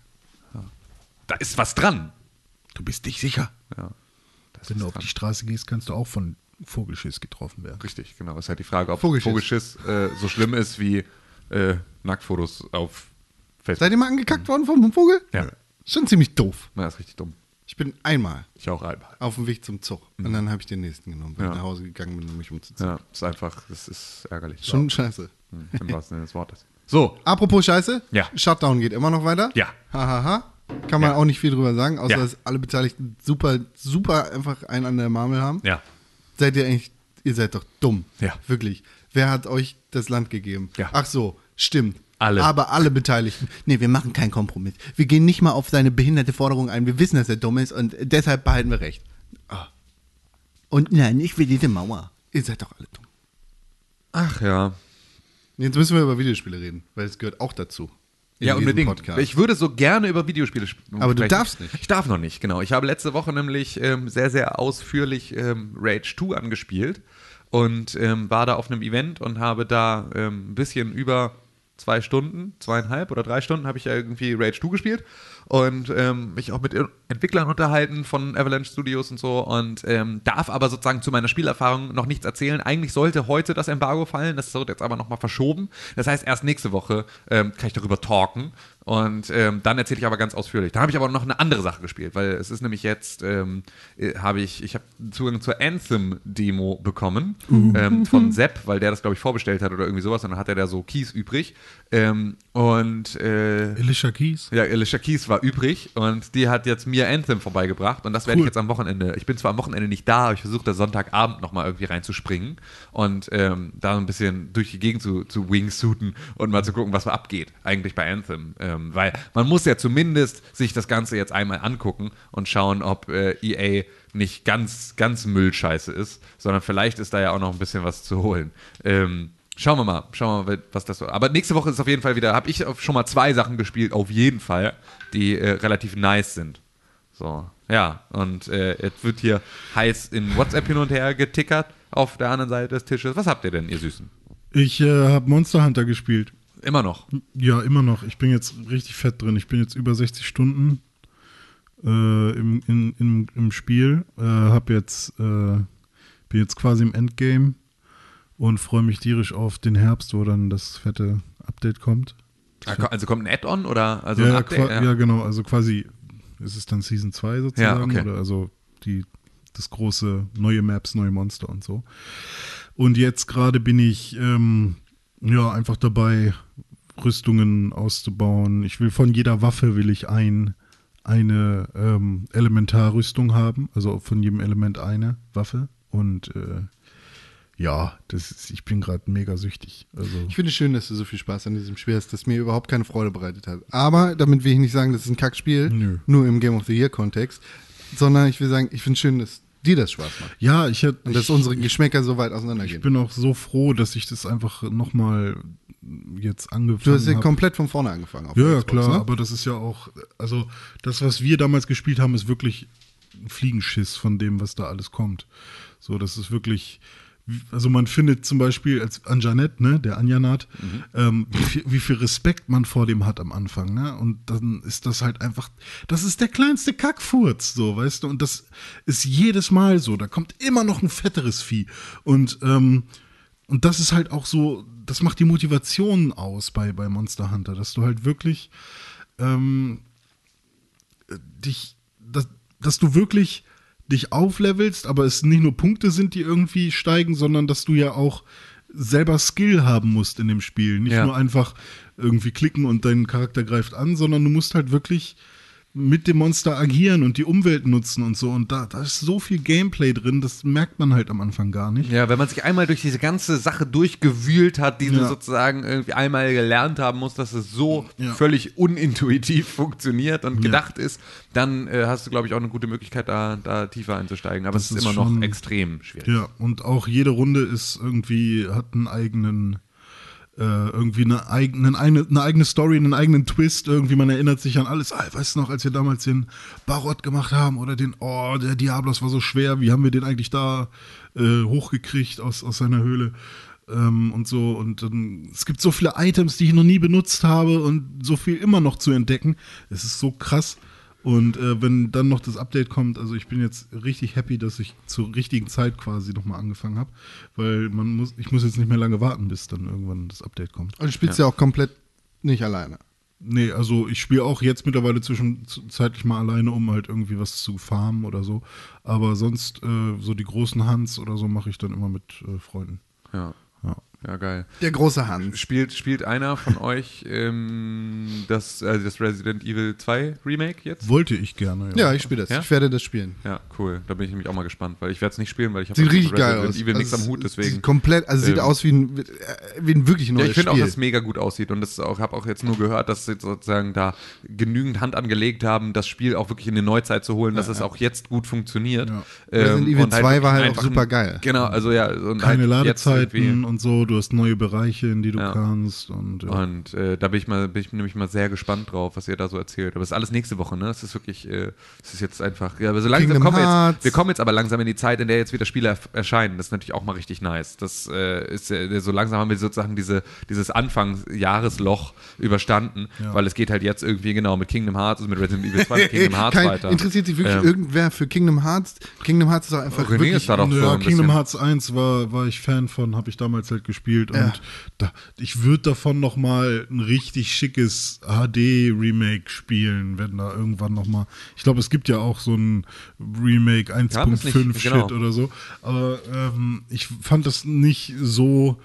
S2: Da ist was dran.
S3: Du bist nicht sicher.
S2: Ja, das
S3: Wenn
S2: ist
S3: du auf
S2: dran.
S3: die Straße gehst, kannst du auch von Vogelschiss getroffen werden.
S2: Richtig, genau. Ist halt die Frage, ob
S1: Vogelschiss.
S2: Vogelschiss, äh, so schlimm ist wie äh, Nacktfotos auf Facebook.
S1: Seid ihr mal angekackt worden vom Vogel?
S2: Ja.
S1: Schon ziemlich doof.
S2: Na, ist richtig dumm.
S1: Ich bin einmal
S2: Ich auch einmal.
S1: auf dem Weg zum Zug und dann habe ich den nächsten genommen, bin
S2: Mhm. Ja.
S1: nach Hause gegangen bin, um mich umzuziehen.
S2: Ja, ist einfach, das ist ärgerlich.
S1: Schon scheiße.
S2: Ja, hm, Im wahrsten Sinne des Wortes. So,
S1: Apropos Scheiße,
S2: Ja.
S1: Shutdown geht immer noch weiter.
S2: Ja.
S1: Hahaha. Ha, ha. Kann man
S2: Ja.
S1: auch nicht viel drüber sagen, außer
S2: Ja.
S1: dass alle Beteiligten super, super einfach einen an der Marmel haben.
S2: ja.
S1: Seid ihr eigentlich, ihr seid doch dumm.
S2: Ja.
S1: Wirklich. Wer hat euch das Land gegeben?
S2: Ja.
S1: Ach so, stimmt.
S2: Alle.
S1: Aber alle Beteiligten. Nee, wir machen keinen Kompromiss. Wir gehen nicht mal auf seine behinderte Forderung ein. Wir wissen, dass er dumm ist und deshalb behalten wir recht. Ah. Und nein, ich will diese Mauer. Ihr seid doch alle dumm.
S2: Ach ja.
S1: Jetzt müssen wir über Videospiele reden, weil es gehört auch dazu. In
S2: Ja,
S1: diesem
S2: unbedingt.
S1: Podcast.
S2: Ich würde so gerne über Videospiele sp- sprechen.
S1: Aber du darfst nicht.
S2: Ich darf noch nicht, genau. Ich habe letzte Woche nämlich ähm, sehr, sehr ausführlich ähm, Rage 2 angespielt und ähm, war da auf einem Event und habe da ähm, ein bisschen über zwei Stunden, zweieinhalb oder drei Stunden habe ich ja irgendwie Rage 2 gespielt und ähm, mich auch mit Entwicklern unterhalten von Avalanche Studios und so und ähm, darf aber sozusagen zu meiner Spielerfahrung noch nichts erzählen. Eigentlich sollte heute das Embargo fallen, das wird jetzt aber nochmal verschoben. Das heißt, erst nächste Woche ähm, kann ich darüber talken und ähm, dann erzähle ich aber ganz ausführlich. Da habe ich aber noch eine andere Sache gespielt, weil es ist nämlich jetzt, ähm, äh, habe ich, ich habe Zugang zur Anthem-Demo bekommen ähm, von Sepp, weil der das, glaube ich, vorbestellt hat oder irgendwie sowas und dann hat er da so Keys übrig ähm, und äh,
S3: Alicia Keys.
S2: ja, Alicia Keys war übrig und die hat jetzt mir Anthem vorbeigebracht und das werde ich jetzt am Wochenende. Ich bin zwar am Wochenende nicht da, aber ich versuche da Sonntagabend nochmal irgendwie reinzuspringen und ähm, da ein bisschen durch die Gegend zu, zu wingsuiten und mal zu gucken, was abgeht eigentlich bei Anthem. Ähm, weil man muss ja zumindest sich das Ganze jetzt einmal angucken und schauen, ob äh, EA nicht ganz, ganz Müllscheiße ist, sondern vielleicht ist da ja auch noch ein bisschen was zu holen. Ähm, Schauen wir mal, schauen wir mal, was das so. Aber nächste Woche ist auf jeden Fall wieder, habe ich auf- schon mal zwei Sachen gespielt, auf jeden Fall, die äh, relativ nice sind. So, ja, und äh, jetzt wird hier heiß in WhatsApp hin und her getickert auf der anderen Seite des Tisches. Was habt ihr denn, ihr Süßen?
S3: Ich äh, habe Monster Hunter gespielt.
S2: Immer noch.
S3: Ja, immer noch. Ich bin jetzt richtig fett drin. Ich bin jetzt über 60 Stunden äh, im, in, im, im Spiel. Äh, hab jetzt, äh, bin jetzt quasi im Endgame und freue mich tierisch auf den Herbst, wo dann das fette Update kommt.
S2: Ah, ko- Also kommt ein Add-on oder also ein
S3: ja,
S2: Update?
S3: qua- ja. genau. Also quasi ist es dann Season 2 sozusagen.
S2: Ja, okay.
S3: Oder also die, das große neue Maps, neue Monster und so. Und jetzt gerade bin ich ähm, ja einfach dabei, Rüstungen auszubauen. Ich will von jeder Waffe will ich ein eine ähm, Elementarrüstung haben, also von jedem Element eine Waffe. Und äh, ja, das ist, ich bin gerade mega süchtig. Also
S1: Ich finde es schön, dass du so viel Spaß an diesem Spiel hast, das mir überhaupt keine Freude bereitet hat. Aber damit will ich nicht sagen, das ist ein Kackspiel,
S3: Nö.
S1: nur im Game of the Year Kontext, sondern ich will sagen, ich finde es schön, dass dir das Spaß macht.
S3: ja, ich hätte
S1: Und dass unsere Geschmäcker so weit
S3: Ich
S1: auseinandergehen.
S3: bin auch so froh, dass ich das einfach nochmal jetzt angefangen
S1: Du hast ja
S3: hab.
S1: komplett von vorne angefangen. auf
S3: Ja, ja,
S1: Xbox,
S3: klar,
S1: ne?
S3: aber das ist ja auch, also das, was wir damals gespielt haben, ist wirklich ein Fliegenschiss von dem, was da alles kommt. So, das ist wirklich, also man findet zum Beispiel als Anjanette, ne, der Anjanat,
S1: Mhm.
S3: ähm, wie, viel, wie viel Respekt man vor dem hat am Anfang, ne, und dann ist das halt einfach, das ist der kleinste Kackfurz, so, weißt du, und das ist jedes Mal so, da kommt immer noch ein fetteres Vieh und, ähm, und das ist halt auch so, das macht die Motivation aus bei, bei Monster Hunter, dass du halt wirklich ähm, dich, dass, dass du wirklich dich auflevelst, aber es nicht nur Punkte sind, die irgendwie steigen, sondern dass du ja auch selber Skill haben musst in dem Spiel. Nicht
S2: Ja.
S3: nur einfach irgendwie klicken und dein Charakter greift an, sondern du musst halt wirklich mit dem Monster agieren und die Umwelt nutzen und so. Und da, da ist so viel Gameplay drin, das merkt man halt am Anfang gar nicht.
S2: Ja, wenn man sich einmal durch diese ganze Sache durchgewühlt hat, die du
S3: Ja.
S2: sozusagen irgendwie einmal gelernt haben musst, dass es so
S3: Ja.
S2: völlig unintuitiv funktioniert und gedacht ist, dann äh, hast du, glaube ich, auch eine gute Möglichkeit, da, da tiefer einzusteigen. Aber es ist,
S3: ist
S2: immer noch
S3: schon-
S2: extrem schwierig.
S3: Ja, und auch jede Runde ist irgendwie, hat einen eigenen, äh, irgendwie eine eigene, eine, eine eigene Story, einen eigenen Twist. Irgendwie, man erinnert sich an alles. Ah, weißt du noch, als wir damals den Barot gemacht haben oder den, oh, der Diablos war so schwer, wie haben wir den eigentlich da äh, hochgekriegt aus, aus seiner Höhle? Ähm, und so, und dann, es gibt so viele Items, die ich noch nie benutzt habe und so viel immer noch zu entdecken. Es ist so krass. Und äh, wenn dann noch das Update kommt, also ich bin jetzt richtig happy, dass ich zur richtigen Zeit quasi nochmal angefangen habe, weil man muss, ich muss jetzt nicht mehr lange warten, bis dann irgendwann das Update kommt.
S1: Und du spielst ja. auch komplett nicht alleine.
S3: Nee, also ich spiele auch jetzt mittlerweile zwischenzeitlich mal alleine, um halt irgendwie was zu farmen oder so. Aber sonst äh, so die großen Hans oder so mache ich dann immer mit äh, Freunden.
S2: Ja.
S3: Ja.
S2: ja, geil.
S1: Der große Hans.
S2: Spielt, spielt einer von euch ähm, das, äh, das Resident Evil 2 Remake jetzt?
S3: Wollte ich gerne.
S1: Ja, ich spiele das.
S2: Ja?
S1: Ich werde das spielen.
S2: Ja, cool. Da bin ich nämlich auch mal gespannt, weil ich werde es nicht spielen, weil ich habe
S1: Sieht richtig geil
S2: Resident
S1: aus.
S2: Evil nichts am
S1: Also,
S2: Hut,
S1: es
S2: deswegen.
S1: Sieht komplett, also sieht
S2: Ähm.
S1: aus wie ein, äh, wie ein wirklich neues
S2: Ja, ich finde auch,
S1: Spiel.
S2: dass es mega gut aussieht und das auch habe auch jetzt nur gehört, dass sie sozusagen da genügend Hand angelegt haben, das Spiel auch wirklich in die Neuzeit zu holen, dass es auch jetzt gut funktioniert. Ähm,
S1: Resident Evil
S2: und
S1: 2 war
S2: wirklich
S1: halt auch
S2: einfach
S1: super
S2: ein-
S1: geil.
S2: Genau, also ja und
S3: Keine
S2: halt jetzt irgendwie-
S3: Ladezeiten und so, du hast neue Bereiche, in die du
S2: Ja.
S3: kannst und ja.
S2: Und äh, da bin ich mal bin ich nämlich mal sehr gespannt drauf, was ihr da so erzählt. Aber es ist alles nächste Woche, ne? Es ist wirklich, äh, es ist jetzt einfach. Ja, aber so langsam
S1: Kingdom
S2: kommen wir jetzt.
S1: Hearts.
S2: Wir kommen jetzt aber langsam in die Zeit, in der jetzt wieder Spiele erf- erscheinen. Das ist natürlich auch mal richtig nice. Das äh, ist äh, so langsam haben wir sozusagen diese dieses Anfangsjahresloch überstanden, weil es geht halt jetzt irgendwie genau mit Kingdom Hearts und mit Resident Evil 2 mit Kingdom Hearts
S1: Kein,
S2: weiter.
S1: Interessiert sich wirklich
S2: Ähm,
S1: irgendwer für Kingdom Hearts? Kingdom Hearts ist doch einfach
S2: René
S1: wirklich
S2: ist da doch so
S3: Ja,
S2: ein
S3: Kingdom
S2: bisschen-
S3: Hearts 1 war, war ich Fan von, habe ich damals halt gespielt
S1: Ja.
S3: und da, ich würde davon noch mal ein richtig schickes HD-Remake spielen, wenn da irgendwann noch mal. Ich glaube, es gibt ja auch so ein Remake
S2: Gab es nicht,
S3: 1.5 Shit
S2: genau.
S3: oder so, aber ähm, ich fand das nicht so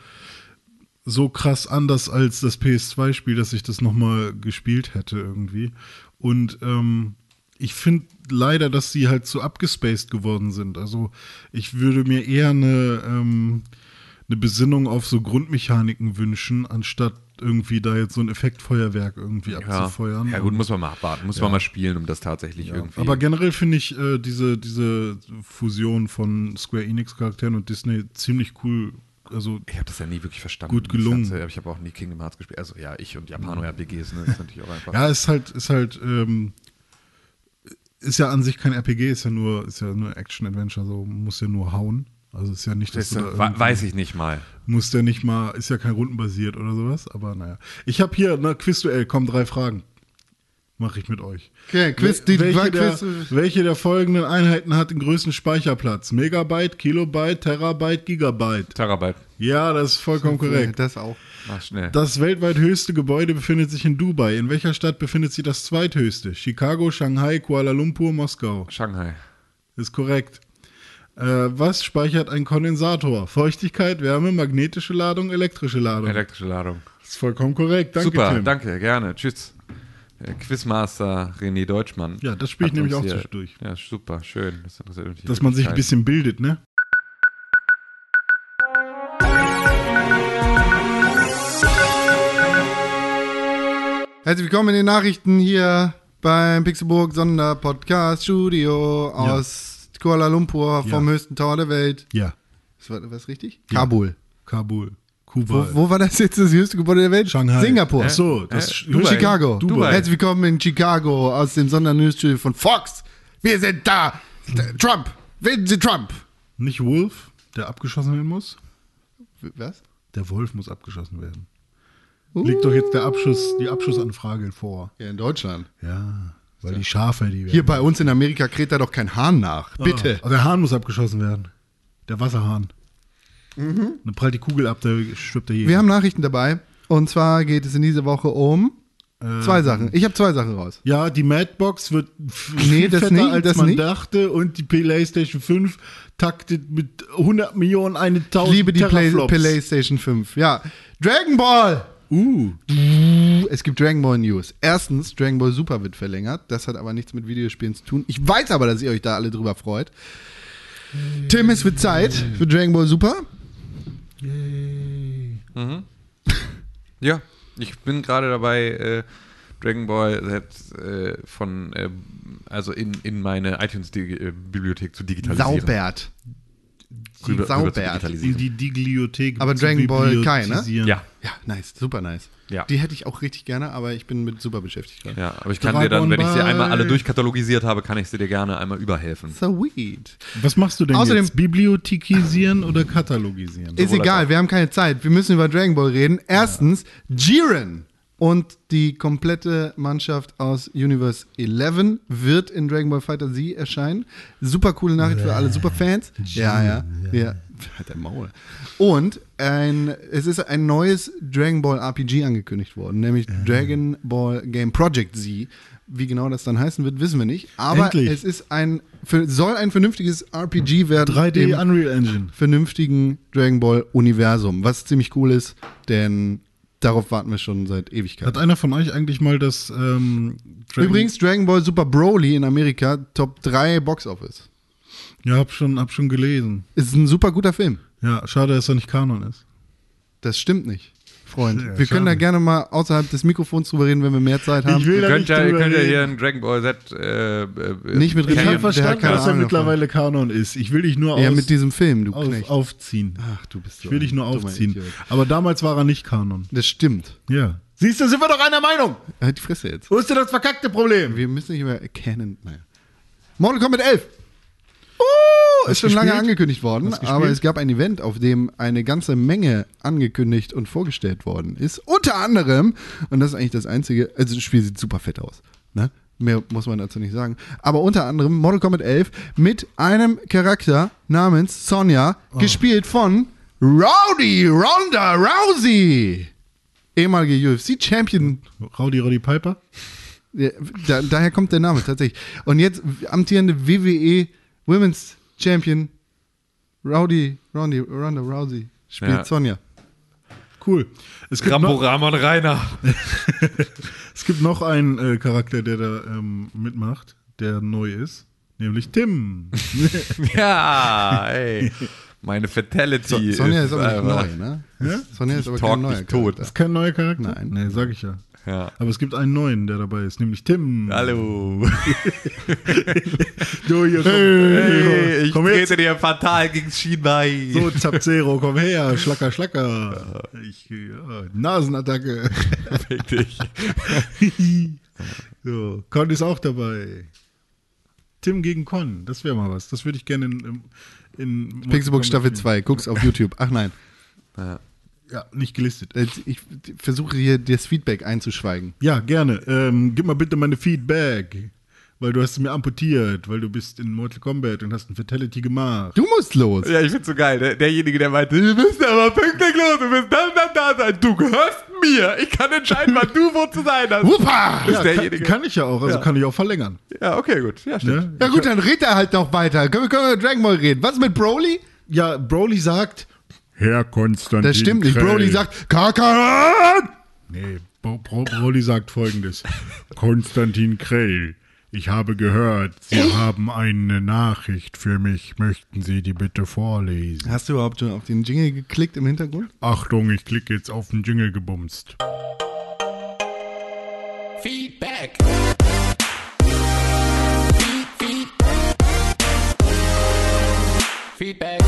S3: so krass anders als das PS2-Spiel, dass ich das nochmal gespielt hätte irgendwie. Und ähm, ich finde leider, dass sie halt zu abgespaced geworden sind. Also ich würde mir eher eine, ähm, eine Besinnung auf so Grundmechaniken wünschen, anstatt irgendwie da jetzt so ein Effektfeuerwerk irgendwie
S2: ja.
S3: abzufeuern.
S2: ja gut, muss man mal abwarten, muss man mal spielen, um das tatsächlich irgendwie.
S3: Aber generell finde ich äh, diese, diese Fusion von Square Enix-Charakteren und Disney ziemlich cool. Also
S2: Ich habe das ja nie wirklich verstanden.
S3: Gut
S2: das
S3: gelungen. Mhm.
S2: Ganze. Ich habe auch nie Kingdom Hearts gespielt. Also ja, ich und Japano-RPGs, ne, ist natürlich auch einfach.
S3: Ja, ist halt, ist halt, ähm, ist ja an sich kein RPG, ist ja nur, ist ja nur Action-Adventure, so muss ja nur hauen. Also ist ja nicht, dass
S2: Weißt
S3: du
S2: du,
S3: da
S2: wa-
S3: irgendwie-
S2: weiß ich nicht mal.
S3: muss ja nicht mal, ist ja kein rundenbasiert oder sowas, aber naja. Ich habe hier, na, Quizduell, kommen drei Fragen. Mache ich mit euch.
S1: Okay, Quiz, die-
S3: welche,
S1: war
S3: der,
S1: Quiz-
S3: welche der folgenden Einheiten hat den größten Speicherplatz? Megabyte, Kilobyte, Terabyte, Gigabyte.
S2: Terabyte.
S3: Ja, das ist vollkommen korrekt.
S1: Das auch.
S2: Mach schnell.
S3: Das weltweit höchste Gebäude befindet sich in Dubai. In welcher Stadt befindet sich das zweithöchste? Chicago, Shanghai, Kuala Lumpur, Moskau.
S2: Shanghai.
S3: Ist korrekt. Äh, was speichert ein Kondensator? Feuchtigkeit, Wärme, magnetische Ladung, elektrische Ladung.
S2: Elektrische Ladung.
S3: ist vollkommen korrekt. Danke,
S2: Super,
S3: Tim.
S2: danke, gerne. Tschüss. Äh, Quizmaster René Deutschmann.
S3: Ja, das spiel ich
S2: Hat
S3: nämlich
S2: uns
S3: auch
S2: hier-
S3: zwischendurch.
S2: Ja, super, schön. Das interessiert mich
S3: Dass man sich ein
S2: keinen.
S3: bisschen bildet, ne?
S1: Herzlich willkommen in den Nachrichten hier beim Pixelburg Sonderpodcast Studio
S3: Ja.
S1: aus Kuala Lumpur vom
S3: Ja.
S1: höchsten Tower der Welt.
S3: Ja.
S1: Das war was richtig? Kabul.
S3: Kabul, Kuba.
S1: Wo, wo war das jetzt das höchste Gebäude der Welt?
S3: Shanghai.
S1: Singapur.
S3: Ach so, das
S1: Nur Chicago.
S3: Dubai.
S1: Herzlich willkommen in Chicago aus dem Sondernewsstudio von Fox. Wir sind da. Trump. Wählen Sie Trump.
S3: Nicht Wolf, der abgeschossen werden muss.
S1: Was?
S3: Der Wolf muss abgeschossen werden. Liegt doch jetzt der Abschuss, die Abschussanfrage vor.
S1: Ja, in Deutschland.
S3: Ja, weil die Schafe, die werden.
S1: Hier bei uns in Amerika kräht da doch kein Hahn nach. Bitte.
S3: Ah, der Hahn muss abgeschossen werden. Der Wasserhahn.
S1: Mhm.
S3: Dann prallt die Kugel ab, da schwippt der Jäger.
S1: Wir haben Nachrichten dabei. Und zwar geht es in dieser Woche um
S2: Ähm.
S1: Zwei Sachen. Ich habe zwei Sachen raus.
S3: Ja, die Madbox wird f-
S1: Nee,
S3: viel
S1: das
S3: fetter,
S1: nicht,
S3: als
S1: das
S3: man
S1: nicht.
S3: dachte und die PlayStation 5 taktet mit 100 Millionen eine 1000
S1: Ich liebe die Play
S3: Teraflops.
S1: PlayStation 5. Ja. Dragon Ball!
S3: Uh,
S1: Es gibt Dragon Ball News. Erstens, Dragon Ball Super wird verlängert. Das hat aber nichts mit Videospielen zu tun. Ich weiß aber, dass ihr euch da alle drüber freut. Tim, es wird Zeit für Dragon Ball Super.
S2: Ja, ich bin gerade dabei, äh, Dragon Ball selbst äh, von, äh, also in, in meine iTunes-Bibliothek zu digitalisieren.
S1: Saubert.
S2: Rüber, rüber zu
S1: Saubert.
S3: in
S2: digitalisieren.
S3: die Bibliothek.
S1: Aber
S3: zu
S1: Dragon Ball Kai, ne?
S3: bibliotisieren.
S2: Ja,
S1: Ja, nice. Super nice.
S2: Ja.
S1: Die hätte ich auch richtig gerne, aber ich bin mit super beschäftigt gerade.
S2: ja, aber ich kann dir dann, wenn ich sie einmal alle durchkatalogisiert habe, kann ich sie dir gerne einmal überhelfen.
S1: Sweet.
S3: Was machst du denn
S1: Außerdem-
S3: jetzt? Bibliothekisieren oder katalogisieren?
S1: Ist egal, wir haben keine Zeit. Wir müssen über Dragon Ball reden. Erstens, Jiren und die komplette Mannschaft aus Universe 11 wird in Dragon Ball Fighter Z erscheinen. Super coole Nachricht für alle Superfans. Ja, ja. ja. Hat der Maul. Und ein, es ist ein neues Dragon Ball RPG angekündigt worden, nämlich Dragon Ball Game Project Z. Wie genau das dann heißen wird, wissen wir nicht. Aber
S3: Endlich.
S1: es ist ein, soll ein vernünftiges RPG werden.
S3: 3D
S1: im-
S3: Unreal Engine.
S1: vernünftigen Dragon Ball Universum, was ziemlich cool ist, denn darauf warten wir schon seit
S3: Hat
S1: Ewigkeiten.
S3: einer von euch eigentlich mal das ähm, Dragon
S1: Übrigens Dragon Ball Super Broly in Amerika Top 3 Box Office.
S3: Ja, hab schon, hab schon gelesen.
S1: Ist ein super guter Film.
S3: Ja, schade, dass er nicht Kanon ist.
S1: Das stimmt nicht. Freund,
S3: Ja,
S1: wir können da
S3: schade.
S1: gerne mal außerhalb des Mikrofons drüber reden, wenn wir mehr Zeit haben.
S2: Ihr
S3: da
S2: könnt ja, ihr
S3: drüber
S2: könnt ja
S3: reden.
S2: hier ein Dragon Ball Z. Äh, äh,
S1: Nicht mit Regie-
S2: kennen.
S3: Ich habe
S1: der hat
S3: verstanden,
S1: keine
S3: dass er
S1: Ahnung
S3: mittlerweile Kanon ist. Ich will dich nur aus,
S1: ja, mit diesem Film, du
S3: auf,
S1: Knecht.
S3: aufziehen.
S1: Ach, du bist
S3: ich will dich nur
S1: ein dummer
S3: aufziehen.
S1: Idiot.
S3: Aber damals war er nicht Kanon.
S1: Das stimmt.
S3: Ja.
S5: Siehst du, sind wir doch einer Meinung.
S1: Halt die Fresse jetzt.
S5: Wo ist denn das verkackte Problem?
S1: Wir müssen nicht mehr erkennen. Naja. Mortal Kombat 11. Uh, ist schon lange
S3: gespielt?
S1: angekündigt worden, aber es gab ein Event, auf dem eine ganze Menge angekündigt und vorgestellt worden ist. Unter anderem, und das ist eigentlich das Einzige, also das Spiel sieht super fett aus. Ne? Mehr muss man dazu nicht sagen. Aber unter anderem Mortal Kombat 11 mit einem Charakter namens Sonja,
S3: Oh.
S1: gespielt von Rowdy Ronda Rousey. Ehemalige UFC-Champion
S3: Rowdy Roddy Piper?
S1: ja, Da, daher kommt der Name tatsächlich. Und jetzt amtierende WWE Women's Champion Rowdy, Rondi, Ronda Rousey spielt
S2: Ja.
S1: Sonja.
S3: Cool. Es
S1: ne?
S3: gibt,
S2: Rambo
S3: noch,
S2: Ramon Rainer.
S3: es gibt noch einen äh, Charakter, der da ähm, mitmacht, der neu ist. Nämlich Tim.
S2: Ja, ey. Meine Fatality.
S1: Sonja ist aber nicht
S2: einfach-
S1: neu, ne?
S3: Ja?
S1: Sonja ist aber
S2: talk
S1: kein neuer
S2: mich tot.
S1: Charakter.
S3: Kein neuer Charakter?
S1: Nein.
S3: Nee, sag ich ja.
S2: Ja.
S3: Aber es gibt einen neuen, der dabei ist, nämlich Tim.
S2: Hallo.
S3: Du, hier, komm,
S2: Hey, ich
S3: komm her,
S2: trete dir fatal gegens Schienbein.
S3: So, Zapzero, komm her, Schlacker, Schlacker. Ich, ja, Nasenattacke.
S2: Fick dich.
S3: So, Con ist auch dabei. Tim gegen Con, das wäre mal was. Das würde ich gerne in, in, in
S1: Pixelbook Staffel 2, guck's auf YouTube. Ach nein,
S3: Ja, nicht gelistet.
S1: jetzt- ich versuche hier das Feedback einzuschweigen.
S3: Ja, gerne. Ähm, gib mal bitte meine Feedback. Weil du hast es mir amputiert, weil du bist in Mortal Kombat und hast ein Fatality gemacht.
S1: Du musst los.
S2: Ja, ich find's so geil. Der, derjenige, der meinte, wir müssen aber pünktlich los, wir müssen dann, dann da sein. Du gehörst mir. Ich kann entscheiden, wann du wo zu sein hast.
S1: Hupa!
S2: Ist
S3: Ja, kann,
S2: derjenige.
S3: kann ich ja auch, also kann ich auch verlängern.
S2: Ja, okay, gut. Ja, stimmt.
S3: Ne?
S1: Ja gut, dann red er halt noch weiter. Können wir, können wir über Dragon Ball reden? Was mit Broly?
S3: Ja, Broly sagt, Herr Konstantin.
S1: Das stimmt nicht.
S3: Krell.
S1: Broly sagt Kakarot!
S3: Nee, Bro Bro Broly sagt folgendes. Konstantin Krell, ich habe gehört, Sie haben eine Nachricht für mich. Möchten Sie die bitte vorlesen?
S1: Hast du überhaupt schon auf den Jingle geklickt im Hintergrund?
S3: Achtung, ich klicke jetzt auf den Jingle gebumst.
S7: Feedback. Feedback.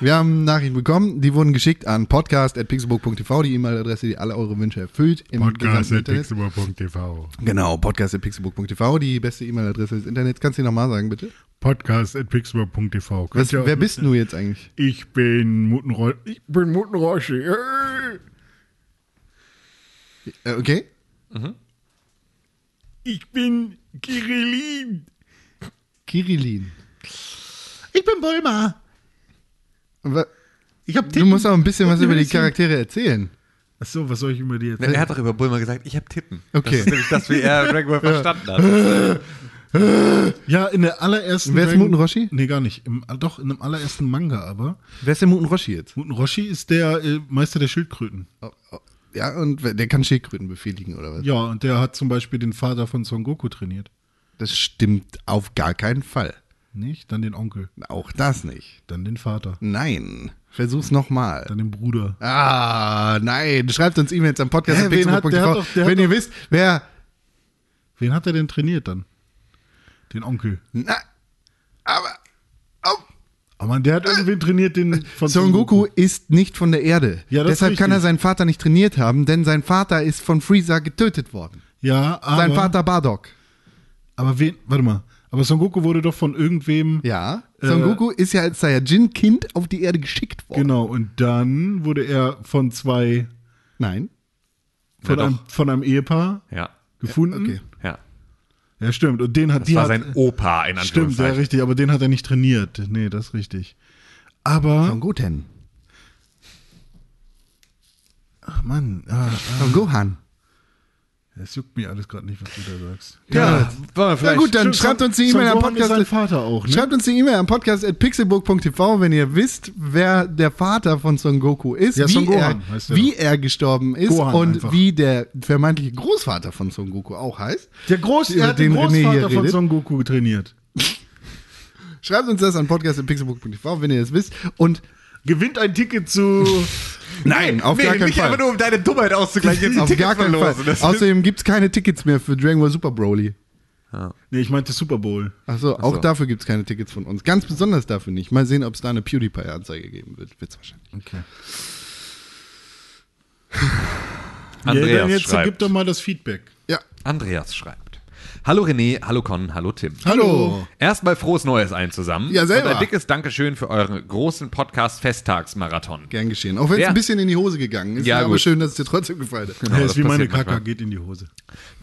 S1: Wir haben Nachrichten bekommen, die wurden geschickt an podcast.pixelburg.tv, die E-Mail-Adresse, die alle eure Wünsche erfüllt. Im gesamten Internet.
S3: Podcast.pixelburg.tv.
S1: Genau, podcast.pixelburg.tv, die beste E-Mail-Adresse des Internets. Kannst du die nochmal sagen, bitte?
S3: Podcast.pixelburg.tv. Könnt
S1: Was,
S3: ihr auch-
S1: wer bist du jetzt eigentlich?
S3: Ich bin Mutenroll. Ich bin Mutenroschi. Äh,
S1: Äh, okay?
S3: Ich bin Kirillin.
S1: Kirillin.
S3: Ich bin Bulma.
S1: Wa-
S3: Ich hab
S1: Du musst auch ein bisschen was über die Charaktere erzählen.
S3: Achso, was soll ich über die
S2: Ne,
S3: erzählen?
S2: er hat doch über Bulma gesagt, ich habe Titten. Das
S1: Okay.
S2: ist nämlich das, wie er Dragon Ball verstanden hat.
S3: ja, in der allerersten.
S1: Wer ist
S3: Dragon-
S1: Muten Roshi?
S3: Nee, gar nicht. Im, doch, in dem allerersten Manga aber.
S1: Wer ist denn Muten Roshi jetzt?
S3: Muten Roshi ist der äh, Meister der Schildkröten.
S1: Ja, und wer- der kann Schildkröten befehligen, oder was?
S3: Ja, und der hat zum Beispiel den Vater von Son Goku trainiert.
S1: Das stimmt auf gar keinen Fall.
S3: Nicht? Dann den Onkel,
S1: Auch das nicht.
S3: dann den Vater,
S1: Nein. Versuch's nochmal.
S3: dann den Bruder.
S1: Ah, nein. Schreibt uns E-Mails am Podcast.
S3: Hä,
S1: at
S3: wen hat-
S1: pixelburg.tv,
S3: der hat doch- der
S1: wenn
S3: hat
S1: ihr wisst, wer.
S3: Wen hat er denn trainiert dann? Den Onkel.
S1: Na, aber. Oh,
S3: Aber man, der hat irgendwen trainiert, den von
S1: Son Goku ist nicht von der Erde.
S3: Ja, das ist
S1: Deshalb kann
S3: richtig.
S1: er seinen Vater nicht trainiert haben, denn sein Vater ist von Freezer getötet worden.
S3: Ja, aber.
S1: Sein Vater Bardock.
S3: Aber wen, warte mal. Aber Son Goku wurde doch von irgendwem.
S1: Ja. Son
S3: Äh,
S1: Goku ist ja als Saiyajin-Kind auf die Erde geschickt worden.
S3: Genau, und dann wurde er von zwei,
S1: Nein.
S3: von,
S2: Ja,
S3: einem, von einem Ehepaar
S2: Ja,
S3: gefunden. Ja,
S1: Okay.
S2: ja.
S3: stimmt. Und den hat
S2: Das
S3: die
S2: war
S3: hat,
S2: sein Opa in
S3: Stimmt, ja,
S2: Anführungszeichen.
S3: richtig, aber den hat er nicht trainiert. Nee, das ist richtig. Aber,
S1: Son Goten.
S3: ach Mann, ah,
S1: Son Gohan.
S3: ah, es juckt mir alles gerade nicht, was du da sagst.
S2: Ja,
S3: ne?
S2: war
S1: Na
S2: vielleicht.
S1: gut, dann
S3: Stimmt,
S1: schreibt
S3: Son-
S1: uns die
S3: Son
S1: E-Mail am
S3: Gohan ist
S1: Podcast.
S3: sein Vater auch, ne?
S1: Schreibt uns die E-Mail am Podcast at pixelburg.tv, wenn ihr wisst, wer der Vater von Son Goku ist,
S3: Ja,
S1: wie,
S3: Son Gohan
S1: er,
S3: heißt der
S1: wie er gestorben ist
S3: Gohan
S1: und
S3: einfach.
S1: wie der vermeintliche Großvater von Son Goku auch heißt.
S3: Der Groß,
S1: Über
S3: er hat den,
S1: den René hier
S3: Großvater von
S1: redet.
S3: Son Goku trainiert.
S1: Schreibt uns das an podcast.pixelburg.tv, wenn ihr es wisst. Und
S3: Gewinnt ein Ticket zu.
S1: nein, auf
S2: nee,
S1: gar keinen
S2: nicht einfach
S1: Fall.
S2: nur, um deine Dummheit auszugleichen. Jetzt die
S1: Auf
S2: Tickets
S1: gar keinen
S2: verlosen.
S1: Fall.
S2: Das ist-
S1: Außerdem gibt es keine Tickets mehr für Dragon Ball Super Broly.
S3: nee, ich meinte Super Bowl.
S1: Achso, auch dafür gibt es keine Tickets von uns. Ganz besonders dafür nicht. Mal sehen, ob es da eine PewDiePie-Anzeige geben wird. Wird's wahrscheinlich.
S3: Okay. ja, dann
S2: Andreas
S3: jetzt gib
S2: schreibt.
S3: doch mal das Feedback.
S1: Ja.
S2: Andreas schreibt. Hallo René, hallo Con, hallo Tim.
S1: Hallo.
S2: Erstmal frohes Neues allen zusammen.
S1: Ja, selber.
S2: Und ein dickes Dankeschön für euren großen Podcast-Festtagsmarathon.
S1: Gern geschehen. Auch wenn es
S2: Ja.
S1: ein bisschen in die Hose gegangen ist.
S2: Ja,
S1: aber
S2: gut. Genau.
S1: schön, dass es dir trotzdem gefallen hat.
S3: Ja, ist
S2: das
S3: wie meine
S2: passiert manchmal.
S3: Kaka geht in die Hose.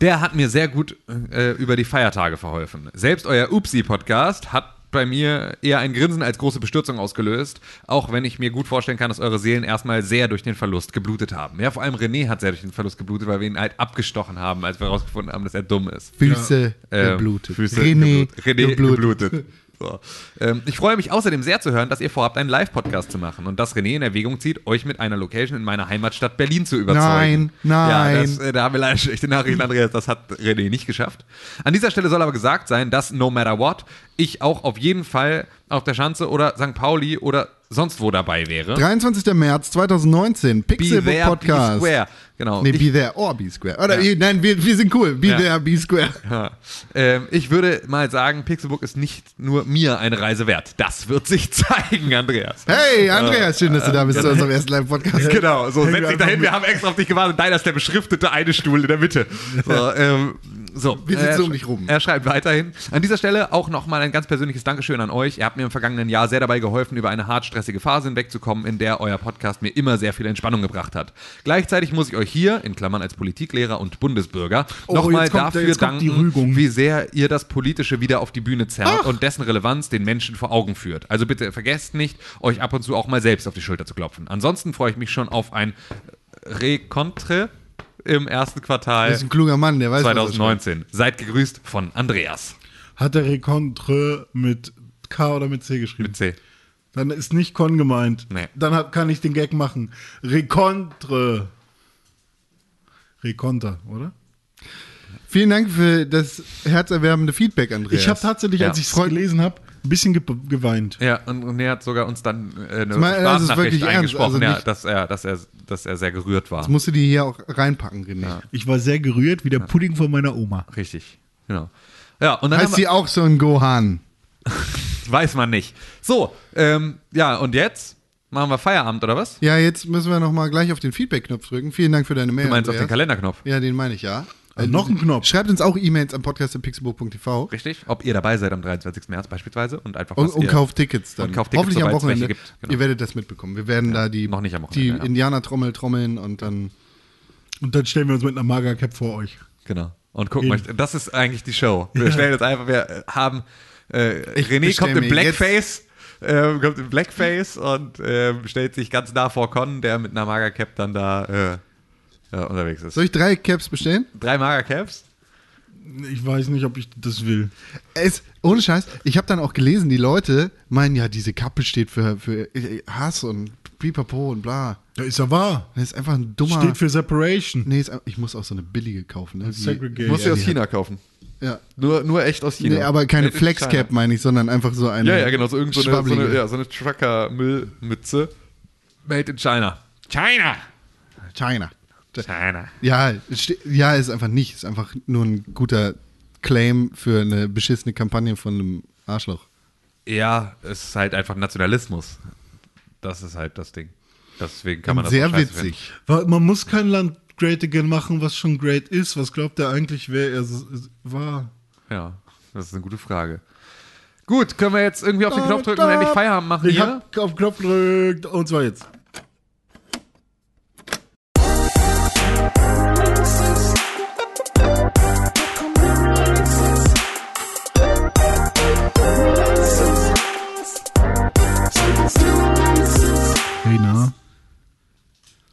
S2: Der hat mir sehr gut äh, über die Feiertage verholfen. Selbst euer Upsi-Podcast hat bei mir eher ein Grinsen als große Bestürzung ausgelöst, auch wenn ich mir gut vorstellen kann, dass eure Seelen erstmal sehr durch den Verlust geblutet haben. Ja, vor allem René hat sehr durch den Verlust geblutet, weil wir ihn halt abgestochen haben, als wir herausgefunden haben, dass er dumm ist.
S1: Füße
S2: Äh,
S1: geblutet.
S2: Füße
S1: René,
S2: geblutet. René
S1: geblutet.
S2: geblutet. So. Ähm, ich freue mich außerdem sehr zu hören, dass ihr vorhabt, einen Live-Podcast zu machen und dass René in Erwägung zieht, euch mit einer Location in meiner Heimatstadt Berlin zu
S1: Nein,
S2: überzeugen.
S1: nein.
S2: Ja, das, äh, da haben wir leider schlechte Nachrichten, Andreas. Das hat René nicht geschafft. An dieser Stelle soll aber gesagt sein, dass no matter what ich auch auf jeden Fall auf der Schanze oder St. Pauli oder sonst wo dabei wäre.
S1: 23. März 2019, Pixelbook Podcast.
S2: be square. Genau.
S1: Nee,
S2: Ich-
S1: be there or be square. Oder, eh, Nein, wir, wir sind cool. Be
S2: Ja.
S1: there, be square.
S2: Ja. Ähm, ich würde mal sagen, Pixelbook ist nicht nur mir eine Reise wert. Das wird sich zeigen, Andreas.
S1: Hey, Andreas, schön, dass du da bist zu unserem ersten Live-Podcast.
S2: Genau, so setz
S3: wir
S2: dich
S3: einfach
S2: dahin, wir haben extra auf dich gewartet. Deiner ist der beschriftete eine Stuhl in der Mitte. So, ähm, so.
S1: Wir sitzen
S2: Er
S1: um dich rum.
S2: Er schreibt weiterhin. An dieser Stelle auch nochmal ein ganz persönliches Dankeschön an euch. Ihr habt mir im vergangenen Jahr sehr dabei geholfen, über eine hart stressige Phase hinwegzukommen, in der euer Podcast mir immer sehr viel Entspannung gebracht hat. Gleichzeitig muss ich euch hier, in Klammern als Politiklehrer und Bundesbürger,
S1: Oh,
S2: nochmal
S3: jetzt kommt-
S2: dafür
S3: jetzt kommt die
S2: danken,
S3: Rügung.
S2: wie sehr ihr das Politische wieder auf die Bühne zerrt und dessen Relevanz den Menschen vor Augen führt. Also bitte vergesst nicht, euch ab und zu auch mal selbst auf die Schulter zu klopfen. Ansonsten freue ich mich schon auf ein Recontre im ersten Quartal
S1: Das ist ein kluger Mann, der weiß was er schreibt.
S2: 2019. Seid gegrüßt von Andreas
S3: Hat der Recontre mit K oder mit C geschrieben?
S2: mit C.
S3: Dann ist nicht Con gemeint.
S2: Nee.
S3: Dann hab, kann ich den Gag machen. Recontre. Reconter, oder?
S1: Vielen Dank für das herzerwärmende Feedback, Andreas.
S3: Ich habe tatsächlich, als
S2: Ja.
S3: ich es gelesen habe, ein bisschen ge geweint.
S2: Ja, und René hat sogar uns dann äh, eine
S1: meine, das ist
S2: Sprachnachricht
S1: wirklich ernst, also
S2: eingesprochen, ja,
S1: nicht-
S2: dass, er, dass, er, dass er sehr gerührt war.
S1: Musst du die hier auch reinpacken, René.
S3: Ich war sehr gerührt, wie der Pudding von meiner Oma.
S2: Richtig, genau. Ja, und dann haben
S1: Heißt
S2: wir-
S1: sie auch so ein Gohan?
S2: Weiß man nicht. So, ähm, ja, und jetzt machen wir Feierabend, oder was?
S1: Ja, jetzt müssen wir nochmal gleich auf den Feedback-Knopf drücken. Vielen Dank für deine Mail.
S2: Du meinst auf den
S1: Andreas.
S2: Kalenderknopf,
S1: Ja, den meine ich, ja.
S3: Äh, noch ein Knopf.
S1: Schreibt uns auch E-Mails am podcast.pixelburg.tv
S2: richtig? Ob ihr dabei seid am 23. März beispielsweise und einfach
S1: und,
S2: was
S1: und
S2: ihr-
S1: kauft Tickets dann.
S2: und kauft Tickets,
S1: Hoffentlich am
S2: sobald es
S1: Wochenende.
S2: welche gibt, genau.
S1: Ihr werdet das mitbekommen. Wir werden da die,
S2: noch nicht am
S1: die
S2: Wochenende, ja.
S1: Indianer-Trommel trommeln und dann.
S3: Und dann stellen wir uns mit einer Magercap vor euch.
S2: Genau. Und gucken
S3: Eben.
S2: euch, das ist eigentlich die Show. Wir stellen jetzt einfach, wir äh, haben, äh, René
S1: bestell
S2: kommt im
S1: mir jetzt-
S2: Blackface, äh, kommt ähm, im Blackface und äh, stellt sich ganz nah vor Con, der mit einer Magercap dann da äh, äh, unterwegs ist.
S1: Soll ich drei Caps bestellen?
S2: Drei Magercaps?
S3: Ich weiß nicht, ob ich das will.
S1: Es, ohne Scheiß, ich habe dann auch gelesen, die Leute meinen ja, diese Kappe steht für, für äh, Hass und Pipapo und bla.
S3: Ja, ist ja wahr.
S1: Das ist einfach ein dummer.
S3: Steht für Separation.
S1: nee, ist, ein- ich muss auch so eine billige kaufen. Ne? Die,
S3: Segregate.
S2: Musst du aus China kaufen.
S1: ja.
S2: Nur, nur echt aus China.
S1: Nee, aber keine
S2: Äh, in
S1: Flexcap meine ich, sondern einfach so eine.
S2: China. Ja, ja, genau. So, irgend so eine, so eine,
S1: schwabblige.
S2: ja, so eine Trucker-Müllmütze. Made in China. China!
S1: China.
S2: China.
S1: Ja, ste- ja, ist einfach nicht. Ist einfach nur ein guter Claim für eine beschissene Kampagne von einem Arschloch.
S2: Ja, es ist halt einfach Nationalismus. Das ist halt das Ding. Deswegen kann man das
S1: Sehr
S2: auch scheiße
S1: witzig.
S3: Weil Man muss kein Land great again machen, was schon great ist. Was glaubt er eigentlich, wer er s- s- war?
S2: finden. Ja, das ist eine gute Frage. Gut, können wir jetzt irgendwie auf den Knopf drücken und endlich Feierabend machen
S3: Ich
S2: hier?
S3: hab auf Knopf gedrückt und zwar jetzt. Hey na.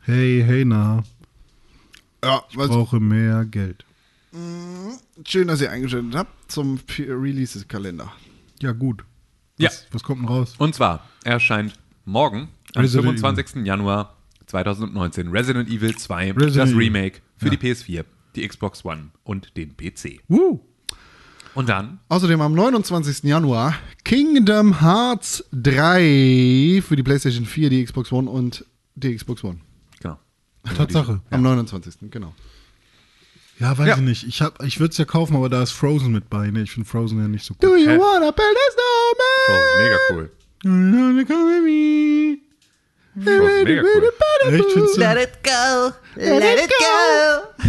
S3: Hey, hey na.
S1: Ja,
S3: Ich brauche mehr Geld.
S1: schön, dass ihr eingeschaltet habt zum Releases-Kalender.
S3: Ja, gut.
S2: Ja.
S3: Was, was kommt denn raus?
S2: Und zwar erscheint morgen, am
S3: Resident
S2: 25. Januar 2019, Resident Evil 2,
S3: Resident
S2: das
S3: Evil.
S2: Remake für die PS4, die Xbox One und den PC.
S3: Woo!
S2: Und dann
S1: Außerdem am 29. Januar Kingdom Hearts 3 für die PlayStation 4, die Xbox One und die Xbox One.
S2: Genau.
S3: Tatsache.
S1: Am 29. genau.
S3: Ja, weiß
S2: Ja.
S3: ich nicht. Ich, hab- ich würde es ja kaufen, aber da ist Frozen mit bei. Ne, ich finde Frozen ja nicht so
S1: Do
S3: gut.
S1: you
S2: Hä?
S1: wanna build a snowman?
S2: Bro, Oh, mega cool. Bro, mega cool.
S3: Echt, findest du?
S7: Let it go. Let it go.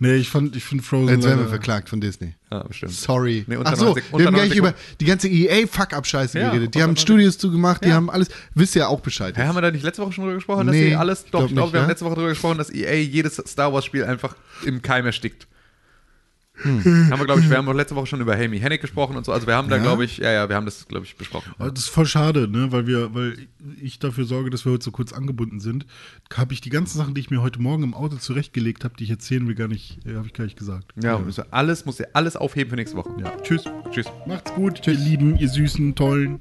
S3: Nee, ich, fand- ich finde Frozen.
S1: Jetzt werden wir
S3: leider-
S1: verklagt von Disney.
S2: Ja, bestimmt.
S1: Sorry.
S2: Nee, unter
S1: Ach so,
S2: 90
S1: wir
S2: unter
S1: haben gleich
S2: 90
S1: über die ganze EA-Fuck-Up-Scheiße
S2: Ja,
S1: geredet. Die
S2: unter
S1: haben
S2: 90
S1: Studios zugemacht, die haben alles. Wisst ihr ja auch Bescheid.
S2: Hä,
S1: jetzt.
S2: haben wir da nicht letzte Woche schon drüber gesprochen,
S1: Nee,
S2: dass sie alles,
S1: ich
S2: doch,
S1: glaub
S2: ich glaube,
S1: nicht,
S2: wir
S1: ja?
S2: haben letzte Woche drüber gesprochen, dass EA jedes Star Wars Spiel einfach im Keim erstickt.
S1: Hm.
S2: Haben wir, glaube ich, wir haben doch letzte Woche schon über Helmi Hennig gesprochen und so. Also wir haben da, glaube ich, ja, ja, wir haben das, glaube ich, besprochen.
S3: Aber Das ist voll schade, ne? weil, wir, weil ich dafür sorge, dass wir heute so kurz angebunden sind. Habe ich die ganzen Sachen, die ich mir heute Morgen im Auto zurechtgelegt habe, die ich erzählen will, gar nicht, habe ich gar nicht gesagt.
S2: Ja, müssen wir Also alles, muss ihr alles aufheben für nächste Woche.
S3: Ja. Tschüss.
S2: Tschüss.
S3: Ah. Macht's gut, ihr Lieben, ihr süßen, tollen.